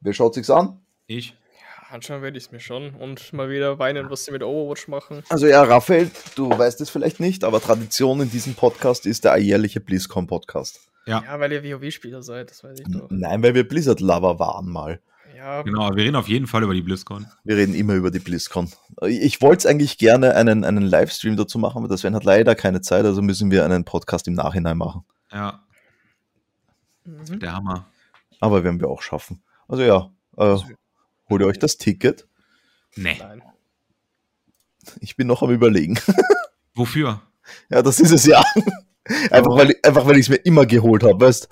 [SPEAKER 2] Wer schaut sich's an?
[SPEAKER 1] Ich.
[SPEAKER 3] Ja, anschauen werde ich es mir schon. Und mal wieder weinen, was sie mit Overwatch machen.
[SPEAKER 2] Also ja, Raphael, du weißt es vielleicht nicht, aber Tradition in diesem Podcast ist der alljährliche BlizzCon-Podcast.
[SPEAKER 1] Ja.
[SPEAKER 3] Ja, weil ihr WoW-Spieler seid, das weiß ich
[SPEAKER 2] N-
[SPEAKER 3] doch.
[SPEAKER 2] Nein, weil wir Blizzard-Lover waren mal.
[SPEAKER 3] Ja,
[SPEAKER 1] Genau, aber wir reden auf jeden Fall über die BlizzCon.
[SPEAKER 2] Wir reden immer über die BlizzCon. Ich wollte eigentlich gerne einen, einen Livestream dazu machen, aber das Sven hat leider keine Zeit, also müssen wir einen Podcast im Nachhinein machen.
[SPEAKER 1] Ja,
[SPEAKER 3] mhm.
[SPEAKER 1] der Hammer.
[SPEAKER 2] Aber werden wir auch schaffen. Also ja, äh, holt ihr euch das Ticket.
[SPEAKER 1] Nee.
[SPEAKER 3] nein.
[SPEAKER 2] Ich bin noch am überlegen. [laughs]
[SPEAKER 1] Wofür?
[SPEAKER 2] Ja, das ist es ja. Einfach weil, einfach weil ich es mir immer geholt habe, weißt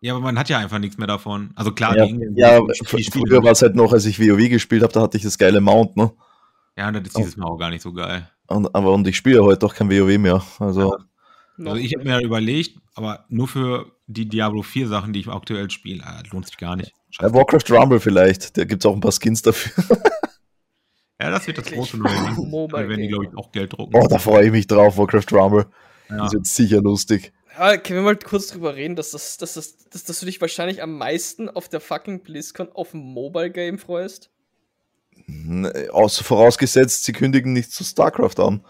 [SPEAKER 1] Ja, aber man hat ja einfach nichts mehr davon. Also klar,
[SPEAKER 2] Ja,
[SPEAKER 1] die Ingame-
[SPEAKER 2] ja,
[SPEAKER 1] die
[SPEAKER 2] fr-
[SPEAKER 1] Spiele-
[SPEAKER 2] früher war es halt noch, als ich WoW gespielt habe, da hatte ich das geile Mount, ne?
[SPEAKER 1] Ja, das ist dieses Mal auch gar nicht so geil.
[SPEAKER 2] Und, aber und ich spiele heute auch kein WoW mehr. Also,
[SPEAKER 3] Noch
[SPEAKER 1] Also ich habe
[SPEAKER 3] nicht.
[SPEAKER 1] mir ja überlegt, aber nur für die Diablo 4 Sachen, die ich aktuell spiele, ah, lohnt sich gar nicht.
[SPEAKER 2] ja,
[SPEAKER 1] Scheiße.
[SPEAKER 2] Warcraft Rumble vielleicht. Da gibt es auch ein paar Skins dafür. [laughs]
[SPEAKER 1] Ja, das wird das
[SPEAKER 3] Wirklich?
[SPEAKER 1] große Neue. Damit
[SPEAKER 3] Mobile
[SPEAKER 1] werden die, glaube ich,
[SPEAKER 3] Gamer.
[SPEAKER 1] auch Geld drucken.
[SPEAKER 2] Oh, da freue ich mich drauf, Warcraft Rumble.
[SPEAKER 1] ja.
[SPEAKER 2] Das wird sicher lustig.
[SPEAKER 3] Ja, können wir mal kurz drüber reden, dass, das, dass, das, dass, dass du dich wahrscheinlich am meisten auf der fucking BlizzCon auf ein Mobile-Game freust?
[SPEAKER 2] Hm, Aus, vorausgesetzt, sie kündigen nicht zu StarCraft an.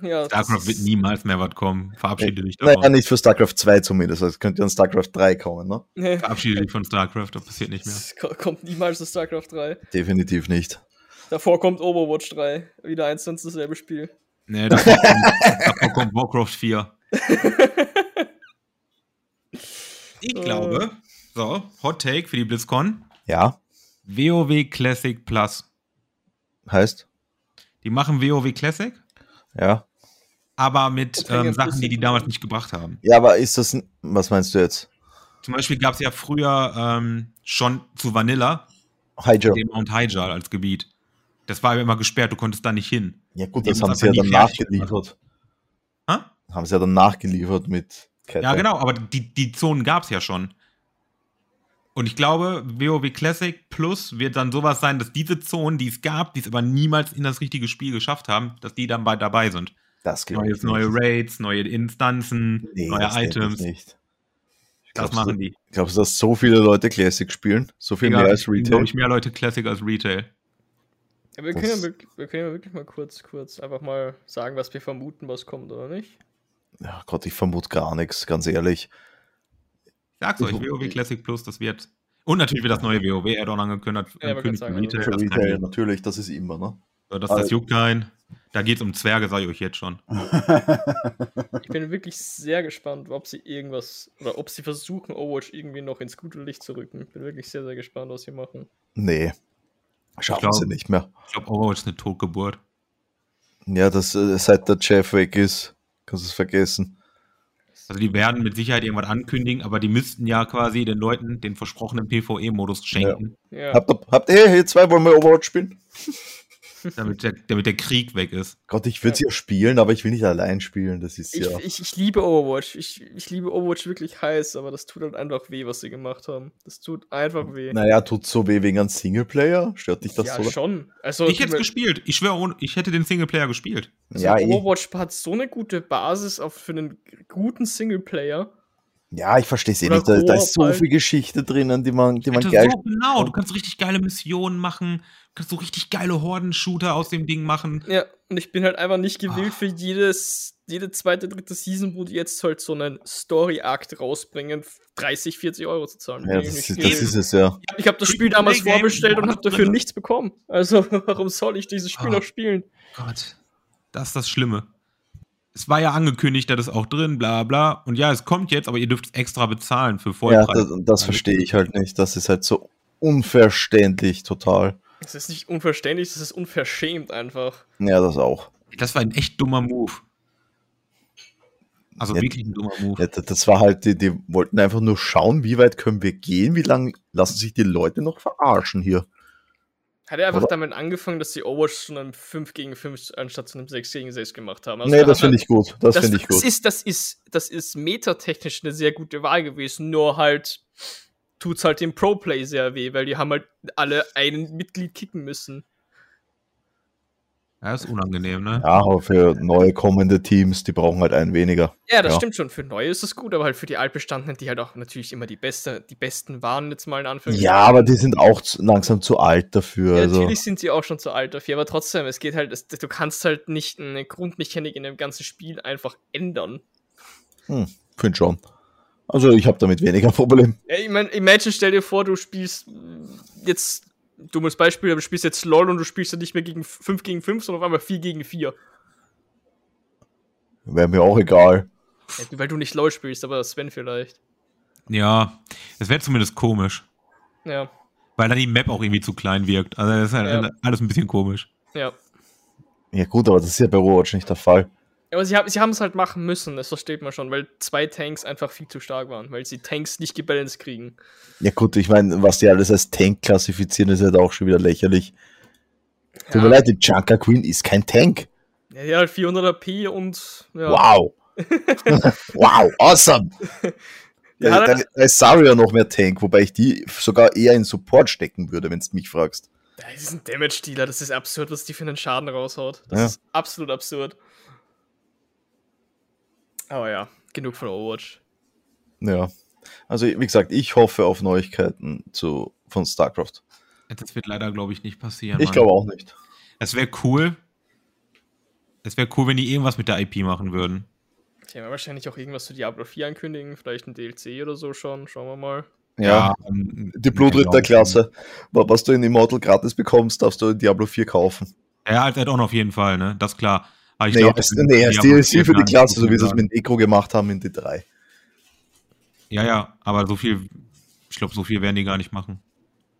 [SPEAKER 3] Ja, das
[SPEAKER 1] StarCraft wird
[SPEAKER 3] ist- [laughs]
[SPEAKER 1] niemals mehr was kommen. Verabschiede dich davon.
[SPEAKER 2] Naja, nicht für StarCraft 2 zumindest. Es könnte ja an StarCraft 3 kommen, ne?
[SPEAKER 3] Nee,
[SPEAKER 1] Verabschiede dich von StarCraft, das passiert nicht mehr.
[SPEAKER 3] das ko- kommt niemals zu StarCraft 3.
[SPEAKER 2] Definitiv nicht.
[SPEAKER 3] Davor kommt Overwatch 3. Wieder eins und dasselbe Spiel.
[SPEAKER 1] Nee, davor kommt, davor kommt Warcraft 4. [laughs] Ich glaube, so, Hot Take für die BlizzCon.
[SPEAKER 2] Ja,
[SPEAKER 1] WoW Classic Plus.
[SPEAKER 2] heißt?
[SPEAKER 1] Die machen WoW Classic,
[SPEAKER 2] Ja.
[SPEAKER 1] aber mit
[SPEAKER 3] Und hängen
[SPEAKER 1] ähm, Sachen, die die
[SPEAKER 3] Flüssig-
[SPEAKER 1] damals nicht gebracht haben.
[SPEAKER 2] Ja, aber ist das. n- Was meinst du jetzt?
[SPEAKER 1] Zum Beispiel gab es ja früher ähm, schon zu Vanilla
[SPEAKER 2] Hydra.
[SPEAKER 1] den Mount Hyjal als Gebiet. Das war ja immer gesperrt, du konntest da nicht hin.
[SPEAKER 2] Ja gut,
[SPEAKER 1] Die
[SPEAKER 2] das
[SPEAKER 1] haben
[SPEAKER 2] haben
[SPEAKER 1] es
[SPEAKER 2] sie ja
[SPEAKER 1] aber
[SPEAKER 2] dann
[SPEAKER 1] nie fertig
[SPEAKER 2] nachgeliefert.
[SPEAKER 1] Hä?
[SPEAKER 2] Haben sie ja dann nachgeliefert mit Cat
[SPEAKER 1] Ja, genau, aber die, die Zonen gab es ja schon. Und ich glaube, WoW Classic Plus wird dann sowas sein, dass diese Zonen, die es gab, die es aber niemals in das richtige Spiel geschafft haben, dass die dann bei dabei sind.
[SPEAKER 2] Das glaub
[SPEAKER 1] Neues,
[SPEAKER 2] ich
[SPEAKER 1] neue
[SPEAKER 2] nicht.
[SPEAKER 1] Raids, neue Instanzen,
[SPEAKER 2] Nee,
[SPEAKER 1] neue
[SPEAKER 2] das denk ich
[SPEAKER 1] Items.
[SPEAKER 2] Nicht.
[SPEAKER 1] Das
[SPEAKER 2] Glaubst
[SPEAKER 1] machen die.
[SPEAKER 2] Du, glaubst du, dass so viele Leute Classic spielen? So viel
[SPEAKER 1] Digga,
[SPEAKER 2] mehr als
[SPEAKER 1] es glaub
[SPEAKER 2] Retail?
[SPEAKER 1] Ich mehr Leute Classic als Retail.
[SPEAKER 3] Ja, wir,
[SPEAKER 2] Das-
[SPEAKER 3] können ja, wir, wir können ja wirklich mal kurz, kurz einfach mal sagen, was wir vermuten, was kommt, oder nicht?
[SPEAKER 2] Ja, Gott, ich vermute gar nichts, ganz ehrlich.
[SPEAKER 1] Ich sag's euch,
[SPEAKER 2] Ich-
[SPEAKER 1] WoW Classic Plus, das wird. Und natürlich wird das neue WoW Add-on angekündigt.
[SPEAKER 3] Ja, aber
[SPEAKER 1] angekündigt
[SPEAKER 3] kann
[SPEAKER 1] für
[SPEAKER 3] sagen,
[SPEAKER 1] Retail,
[SPEAKER 2] Für
[SPEAKER 1] das,
[SPEAKER 2] Retail,
[SPEAKER 1] kann
[SPEAKER 2] natürlich, das ist immer, ne?
[SPEAKER 1] ich, das, das
[SPEAKER 2] Also-
[SPEAKER 1] juckt keinen. Da geht's um Zwerge, sage ich euch jetzt schon.
[SPEAKER 3] Ich bin wirklich sehr gespannt, ob sie irgendwas oder ob sie versuchen, Overwatch irgendwie noch ins gute Licht zu rücken. Bin wirklich sehr, sehr gespannt, was sie machen.
[SPEAKER 2] nee. Schaffen
[SPEAKER 1] glaub-
[SPEAKER 2] sie nicht mehr.
[SPEAKER 1] Ich glaube, Overwatch ist eine Totgeburt.
[SPEAKER 2] Ja, das, äh, seit der Jeff weg ist, kannst du es vergessen.
[SPEAKER 1] Also die werden mit Sicherheit irgendwas ankündigen, aber die müssten ja quasi den Leuten den versprochenen PvE-Modus schenken,
[SPEAKER 3] Ja,
[SPEAKER 2] Habt, ihr- habt ihr hier zwei, wollen wir Overwatch spielen?
[SPEAKER 1] damit, der, damit der Krieg weg ist.
[SPEAKER 2] Gott, ich würde es ja. spielen, aber ich will nicht allein spielen. Das ist
[SPEAKER 3] ich,
[SPEAKER 2] ja.
[SPEAKER 3] ich, ich liebe Overwatch. Ich, ich liebe Overwatch wirklich heiß, aber das tut halt einfach weh, was sie gemacht haben. Das tut einfach weh.
[SPEAKER 2] Naja, tut so weh wegen einem Singleplayer? Stört dich das
[SPEAKER 3] ja,
[SPEAKER 2] so?
[SPEAKER 3] schon. Also,
[SPEAKER 1] ich hätte
[SPEAKER 3] mir-
[SPEAKER 1] es gespielt. Ich schwöre, ohne- ich hätte den Singleplayer gespielt.
[SPEAKER 3] also
[SPEAKER 2] Ja, eh.
[SPEAKER 3] Overwatch hat so eine gute Basis auf, für einen guten Singleplayer.
[SPEAKER 2] ja, ich verstehe es eh
[SPEAKER 3] Oder
[SPEAKER 2] nicht. Da, da ist so
[SPEAKER 3] Koop halt.
[SPEAKER 2] viel Geschichte drinnen, die man, die man
[SPEAKER 1] Alter,
[SPEAKER 2] geil
[SPEAKER 1] so genau, du kannst richtig geile Missionen machen, du kannst so richtig geile Horden-Shooter aus dem Ding machen.
[SPEAKER 3] Ja, und ich bin halt einfach nicht gewillt
[SPEAKER 1] Ah.
[SPEAKER 3] für jedes, jede zweite, dritte Season, wo die jetzt halt so einen Story-Akt rausbringen, 30, 40 Euro zu zahlen.
[SPEAKER 2] Ja,
[SPEAKER 3] Bin ich
[SPEAKER 2] das,
[SPEAKER 3] nicht
[SPEAKER 2] ist, das
[SPEAKER 3] gewillt.
[SPEAKER 2] ist es ja.
[SPEAKER 3] ich habe das Spiel damals
[SPEAKER 1] Free Game,
[SPEAKER 3] vorbestellt und
[SPEAKER 1] alles
[SPEAKER 3] habe dafür
[SPEAKER 1] drin.
[SPEAKER 3] nichts bekommen. Also, [laughs] warum soll ich dieses Spiel
[SPEAKER 1] Ah.
[SPEAKER 3] noch spielen?
[SPEAKER 1] Gott, das ist das Schlimme. Es war ja angekündigt, da ist auch drin, bla bla. Und ja, es kommt jetzt, aber ihr dürft es extra bezahlen für
[SPEAKER 2] ja
[SPEAKER 1] Vollpreis.
[SPEAKER 2] das, das verstehe ich halt nicht. Das ist halt so unverständlich total.
[SPEAKER 3] Es ist nicht unverständlich, es ist unverschämt einfach.
[SPEAKER 2] Ja, das auch.
[SPEAKER 1] Das war ein echt dummer Move. Also
[SPEAKER 2] Ja.
[SPEAKER 1] wirklich ein dummer Move.
[SPEAKER 2] Ja, da- das war halt, die, die wollten einfach nur schauen, wie weit können wir gehen, wie lange lassen sich die Leute noch verarschen hier.
[SPEAKER 3] Hat er einfach
[SPEAKER 2] Oder-
[SPEAKER 3] damit angefangen, dass die Overwatch zu einem 5 gegen 5 anstatt zu einem 6 gegen 6 gemacht haben. Also
[SPEAKER 2] nee, das finde ich gut. Das,
[SPEAKER 3] Das,
[SPEAKER 2] finde ich
[SPEAKER 3] das
[SPEAKER 2] gut.
[SPEAKER 3] ist, das ist, das ist metatechnisch eine sehr gute Wahl gewesen, nur halt tut's halt dem Pro-Play sehr weh, weil die haben halt alle einen Mitglied kicken müssen.
[SPEAKER 1] Ja, ist unangenehm, ne?
[SPEAKER 2] Ja, aber für neue kommende Teams, die brauchen halt einen weniger.
[SPEAKER 3] Ja, das
[SPEAKER 2] Ja.
[SPEAKER 3] stimmt schon. Für neue ist es gut, aber halt für die Altbestandenen, die halt auch natürlich immer die Beste, die Besten waren, jetzt mal in Anführungszeichen.
[SPEAKER 2] Ja, aber die sind auch zu, langsam zu alt dafür.
[SPEAKER 3] Ja,
[SPEAKER 2] also.
[SPEAKER 3] Natürlich sind sie auch schon zu alt dafür, aber trotzdem, es geht halt, es, du kannst halt nicht eine Grundmechanik in dem ganzen Spiel einfach ändern.
[SPEAKER 2] Finde schon. Also ich habe damit weniger [laughs] Problem.
[SPEAKER 3] Ja, ich meine, Imagine, stell dir vor, du spielst mm, jetzt, dummes Beispiel, aber du spielst jetzt LOL und du spielst dann nicht mehr gegen 5 gegen 5, sondern auf einmal 4 gegen 4.
[SPEAKER 2] Wäre mir auch egal.
[SPEAKER 3] Ja, [laughs] weil du nicht LOL spielst, aber Sven vielleicht.
[SPEAKER 1] Ja, es wäre zumindest komisch,
[SPEAKER 3] Ja,
[SPEAKER 1] weil dann die Map auch irgendwie zu klein wirkt. Also das ist halt
[SPEAKER 3] Ja.
[SPEAKER 1] alles ein bisschen komisch.
[SPEAKER 3] ja.
[SPEAKER 2] Ja gut, aber das ist ja bei Overwatch nicht der Fall.
[SPEAKER 3] Aber sie, haben- sie haben es halt machen müssen, das versteht man schon, weil zwei Tanks einfach viel zu stark waren, weil sie Tanks nicht gebalanced kriegen.
[SPEAKER 2] Ja gut, ich meine, was die alles als Tank klassifizieren, ist halt auch schon wieder lächerlich. Tut mir
[SPEAKER 3] ja,
[SPEAKER 2] leid, die Junker Queen ist kein Tank.
[SPEAKER 3] ja, die hat halt 400 AP und ja. [laughs]
[SPEAKER 2] Wow. wow, awesome.
[SPEAKER 3] Ja,
[SPEAKER 2] da, da, da ist Saria noch mehr Tank, wobei ich die sogar eher in Support stecken würde, wenn du mich fragst.
[SPEAKER 3] Das ist ein Damage-Dealer, das ist absurd, was die für einen Schaden raushaut. Das
[SPEAKER 2] Ja.
[SPEAKER 3] ist absolut absurd. Aber ja, genug von Overwatch.
[SPEAKER 2] Ja. Also wie gesagt, ich hoffe auf Neuigkeiten zu, von StarCraft.
[SPEAKER 1] Das wird leider, glaube ich, nicht passieren.
[SPEAKER 2] ich glaube auch nicht.
[SPEAKER 1] Es wäre cool. Es wäre cool, wenn die irgendwas mit der IP machen würden.
[SPEAKER 3] Die werden wahrscheinlich auch irgendwas zu Diablo 4 ankündigen, vielleicht ein DLC oder so schon, schauen wir mal.
[SPEAKER 1] ähm,
[SPEAKER 2] Die Blutritterklasse. Wa- Was du in Immortal gratis bekommst, darfst du in Diablo 4 kaufen.
[SPEAKER 1] Ja, halt, als Add-on auf jeden Fall, ne? Das ist klar. Aber ich
[SPEAKER 2] nee,
[SPEAKER 1] glaub,
[SPEAKER 2] als,
[SPEAKER 1] wenn
[SPEAKER 2] nee, als
[SPEAKER 1] Diablo
[SPEAKER 2] DLC für
[SPEAKER 1] 4
[SPEAKER 2] die Klasse, so wie sie es
[SPEAKER 1] sagen-
[SPEAKER 2] mit Necro gemacht haben in D3.
[SPEAKER 1] Ja, ja, aber so viel, ich glaube, so viel werden die gar nicht machen.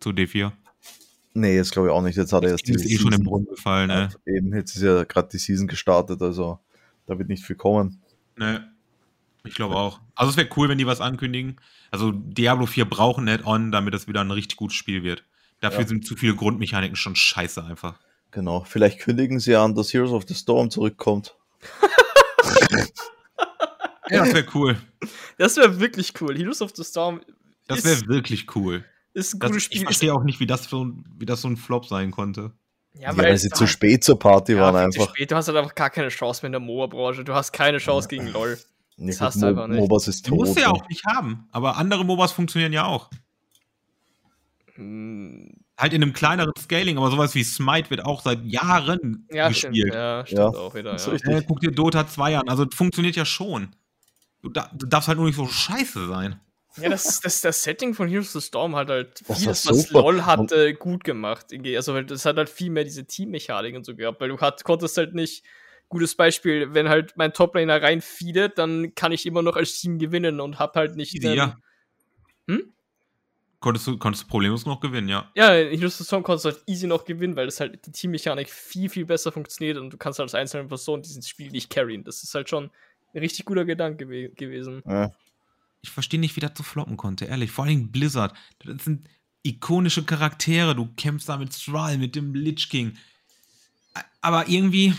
[SPEAKER 1] Zu D4.
[SPEAKER 2] Nee, jetzt glaube ich auch nicht. Jetzt hat er erst
[SPEAKER 1] Die ist eh schon im Brunnen gefallen, ne?
[SPEAKER 2] Ja, Eben, jetzt ist ja gerade die Season gestartet, also da wird nicht viel kommen.
[SPEAKER 1] Ne. Ich glaube auch. Also es wäre cool, wenn die was ankündigen. Also Diablo 4 braucht ein Add-on, damit es wieder ein richtig gutes Spiel wird. Dafür
[SPEAKER 2] Ja.
[SPEAKER 1] sind zu viele Grundmechaniken schon scheiße einfach.
[SPEAKER 2] Genau. Vielleicht kündigen sie an, dass Heroes of the Storm zurückkommt.
[SPEAKER 1] Ja, das wäre cool.
[SPEAKER 3] Das wäre wirklich cool. Heroes of the Storm
[SPEAKER 1] Das
[SPEAKER 3] Ist-
[SPEAKER 1] wäre wirklich cool.
[SPEAKER 3] ist
[SPEAKER 2] Also,
[SPEAKER 3] ein
[SPEAKER 1] Das,
[SPEAKER 3] gutes
[SPEAKER 1] ich
[SPEAKER 3] Spiel.
[SPEAKER 1] verstehe auch nicht, wie das, so, ein- wie das so ein Flop sein konnte.
[SPEAKER 2] Ja, weil sie
[SPEAKER 3] halt
[SPEAKER 2] zu spät zur Party waren einfach.
[SPEAKER 3] Spät. Du hast halt einfach gar keine Chance mehr in der MOA-Branche. Du hast keine Chance gegen LOL.
[SPEAKER 2] Ja,
[SPEAKER 3] Das
[SPEAKER 2] gut,
[SPEAKER 3] hast du
[SPEAKER 2] Mo-
[SPEAKER 3] einfach nicht.
[SPEAKER 2] MOBAs ist
[SPEAKER 1] Die musst
[SPEAKER 2] tot.
[SPEAKER 1] du ja
[SPEAKER 2] ne?
[SPEAKER 1] auch nicht haben. Aber andere MOBAs funktionieren ja auch.
[SPEAKER 3] Hm,
[SPEAKER 1] Halt in einem kleineren Scaling, aber sowas wie Smite wird auch seit Jahren
[SPEAKER 3] Ja, stimmt.
[SPEAKER 1] gespielt.
[SPEAKER 3] Ja, stimmt
[SPEAKER 2] Ja.
[SPEAKER 3] auch wieder.
[SPEAKER 2] Ist
[SPEAKER 3] Ja.
[SPEAKER 2] richtig.
[SPEAKER 1] Äh, guck dir Dota 2 an. Also funktioniert ja schon. Du, da, du darfst halt nur nicht so scheiße sein.
[SPEAKER 3] Ja, das, das, das Setting von Heroes of the Storm hat halt
[SPEAKER 2] war
[SPEAKER 3] vieles, was
[SPEAKER 2] super.
[SPEAKER 3] LOL hatte, gut gemacht. Irgendwie, Also weil das hat halt viel mehr diese Teammechanik und so gehabt, weil du hat, konntest halt nicht, gutes Beispiel, wenn halt mein Toplaner rein feedet, dann kann ich immer noch als Team gewinnen und hab halt nicht.
[SPEAKER 1] Easy,
[SPEAKER 3] einen-
[SPEAKER 1] ja.
[SPEAKER 3] Hm?
[SPEAKER 1] Konntest du, konntest du problemlos noch gewinnen, ja.
[SPEAKER 3] Ja, in Heroes of the Storm konntest du halt easy noch gewinnen, weil das halt die Teammechanik viel, viel besser funktioniert und du kannst halt als einzelne Person dieses Spiel nicht carryen. Das ist halt schon ein richtig guter Gedanke gewe
[SPEAKER 1] Äh,
[SPEAKER 3] gewesen.
[SPEAKER 2] Ja.
[SPEAKER 1] Ich verstehe nicht, wie das so floppen konnte, ehrlich. Vor allem Blizzard. Das sind ikonische Charaktere. Du kämpfst da mit Thrall, mit dem Lich King. A- Aber irgendwie.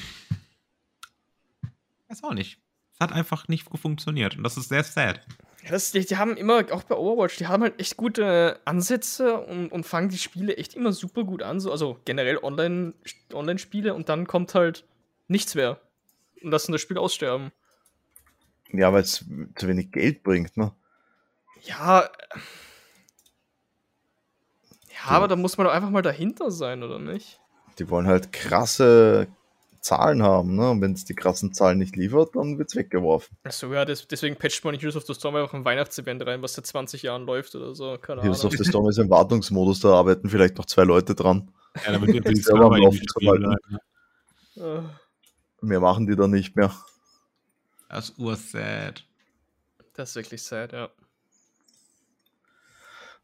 [SPEAKER 1] Weiß auch nicht. Es hat einfach nicht funktioniert. Und das ist sehr sad.
[SPEAKER 3] Ja, das, die, die haben immer, auch bei Overwatch, die haben halt echt gute Ansätze und, und fangen die Spiele echt immer super gut an. So, also generell Online- Online-Spiele und dann kommt halt nichts mehr. Und lassen das Spiel aussterben.
[SPEAKER 2] Ja, weil es zu wenig Geld bringt, ne?
[SPEAKER 3] Ja. äh, Ja, aber da muss man doch einfach mal dahinter sein, oder nicht?
[SPEAKER 2] Die wollen halt krasse Zahlen haben, ne? Und wenn es die krassen Zahlen nicht liefert, dann wird's weggeworfen.
[SPEAKER 3] Achso, ja, des- deswegen patcht man nicht Heroes of the Storm einfach ein Weihnachtsevent rein, was seit 20 Jahren läuft oder so. Keine
[SPEAKER 2] Heroes
[SPEAKER 3] Ahnung.
[SPEAKER 2] of the Storm ist im Wartungsmodus, da arbeiten vielleicht noch zwei Leute dran.
[SPEAKER 1] Ja, damit wird
[SPEAKER 2] die Server irgendwie stabil
[SPEAKER 3] Äh,
[SPEAKER 2] Mehr machen die da nicht mehr.
[SPEAKER 1] Das ist ursad.
[SPEAKER 3] Das ist wirklich sad, ja.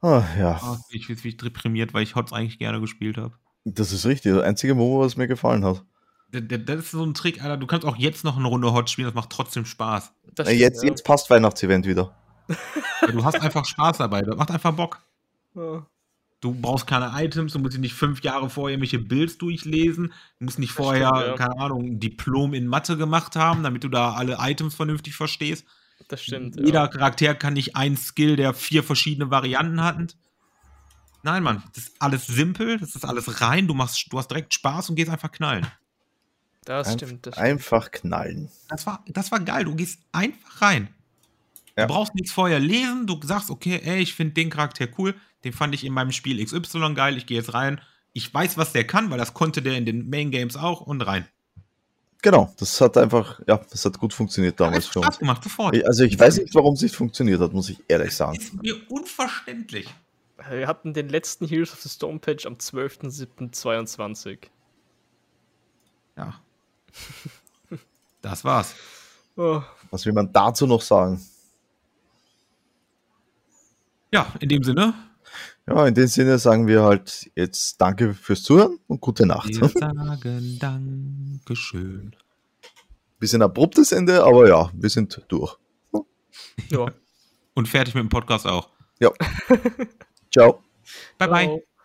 [SPEAKER 2] Ah, ja,
[SPEAKER 1] Oh, ich bin wirklich deprimiert, weil ich Hots eigentlich gerne gespielt habe.
[SPEAKER 2] das ist richtig. Das einzige MOBA, was mir gefallen hat.
[SPEAKER 1] Das, das ist so ein Trick, Alter. Du kannst auch jetzt noch eine Runde Hot spielen, das macht trotzdem Spaß.
[SPEAKER 3] Das
[SPEAKER 2] Na,
[SPEAKER 3] stimmt,
[SPEAKER 2] Äh, jetzt,
[SPEAKER 3] ja.
[SPEAKER 2] jetzt passt Weihnachtsevent wieder.
[SPEAKER 1] Weil Du hast einfach Spaß dabei, das macht einfach Bock.
[SPEAKER 3] Ja.
[SPEAKER 1] Du brauchst keine Items, du musst dir nicht fünf Jahre vorher irgendwelche Builds durchlesen, du musst nicht vorher,
[SPEAKER 3] stimmt, ja.
[SPEAKER 1] keine Ahnung, ein Diplom in Mathe gemacht haben, damit du da alle Items vernünftig verstehst.
[SPEAKER 3] Das stimmt.
[SPEAKER 1] Jeder
[SPEAKER 3] ja.
[SPEAKER 1] Charakter kann nicht einen Skill, der vier verschiedene Varianten hat. Nein, Mann, das ist alles simpel, das ist alles rein, du, machst, du hast direkt Spaß und gehst einfach knallen.
[SPEAKER 3] Das
[SPEAKER 2] Einf-
[SPEAKER 3] stimmt. Das stimmt.
[SPEAKER 2] Einfach knallen.
[SPEAKER 1] Das war, das war geil. Du gehst einfach rein.
[SPEAKER 2] Ja.
[SPEAKER 1] Du brauchst nichts vorher lesen. Du sagst, okay, ey, ich finde den Charakter cool. Den fand ich in meinem Spiel XY geil. Ich gehe jetzt rein. Ich weiß, was der kann, weil das konnte der in den Main Games auch und rein.
[SPEAKER 2] Genau, das hat einfach, ja, das hat gut funktioniert
[SPEAKER 1] Hat
[SPEAKER 2] damals
[SPEAKER 1] einfach
[SPEAKER 2] für
[SPEAKER 1] Spaß
[SPEAKER 2] uns.
[SPEAKER 1] gemacht, sofort.
[SPEAKER 2] Ich- Also ich weiß nicht, warum es nicht funktioniert hat, muss ich ehrlich sagen.
[SPEAKER 1] Ist mir unverständlich.
[SPEAKER 3] Wir hatten den letzten Heroes of the Storm Patch am 12.07.22.
[SPEAKER 1] Ja. Das war's.
[SPEAKER 3] Oh,
[SPEAKER 2] Was will man dazu noch sagen?
[SPEAKER 1] Ja, in dem Sinne.
[SPEAKER 2] Ja, in dem Sinne sagen wir halt jetzt danke fürs Zuhören und gute Nacht.
[SPEAKER 1] Wir sagen Dankeschön.
[SPEAKER 2] [laughs] Bisschen abruptes Ende, aber ja, wir sind durch.
[SPEAKER 3] ja. [laughs]
[SPEAKER 1] Und fertig mit dem Podcast auch.
[SPEAKER 2] Ciao.
[SPEAKER 1] Bye, bye.
[SPEAKER 3] Ciao.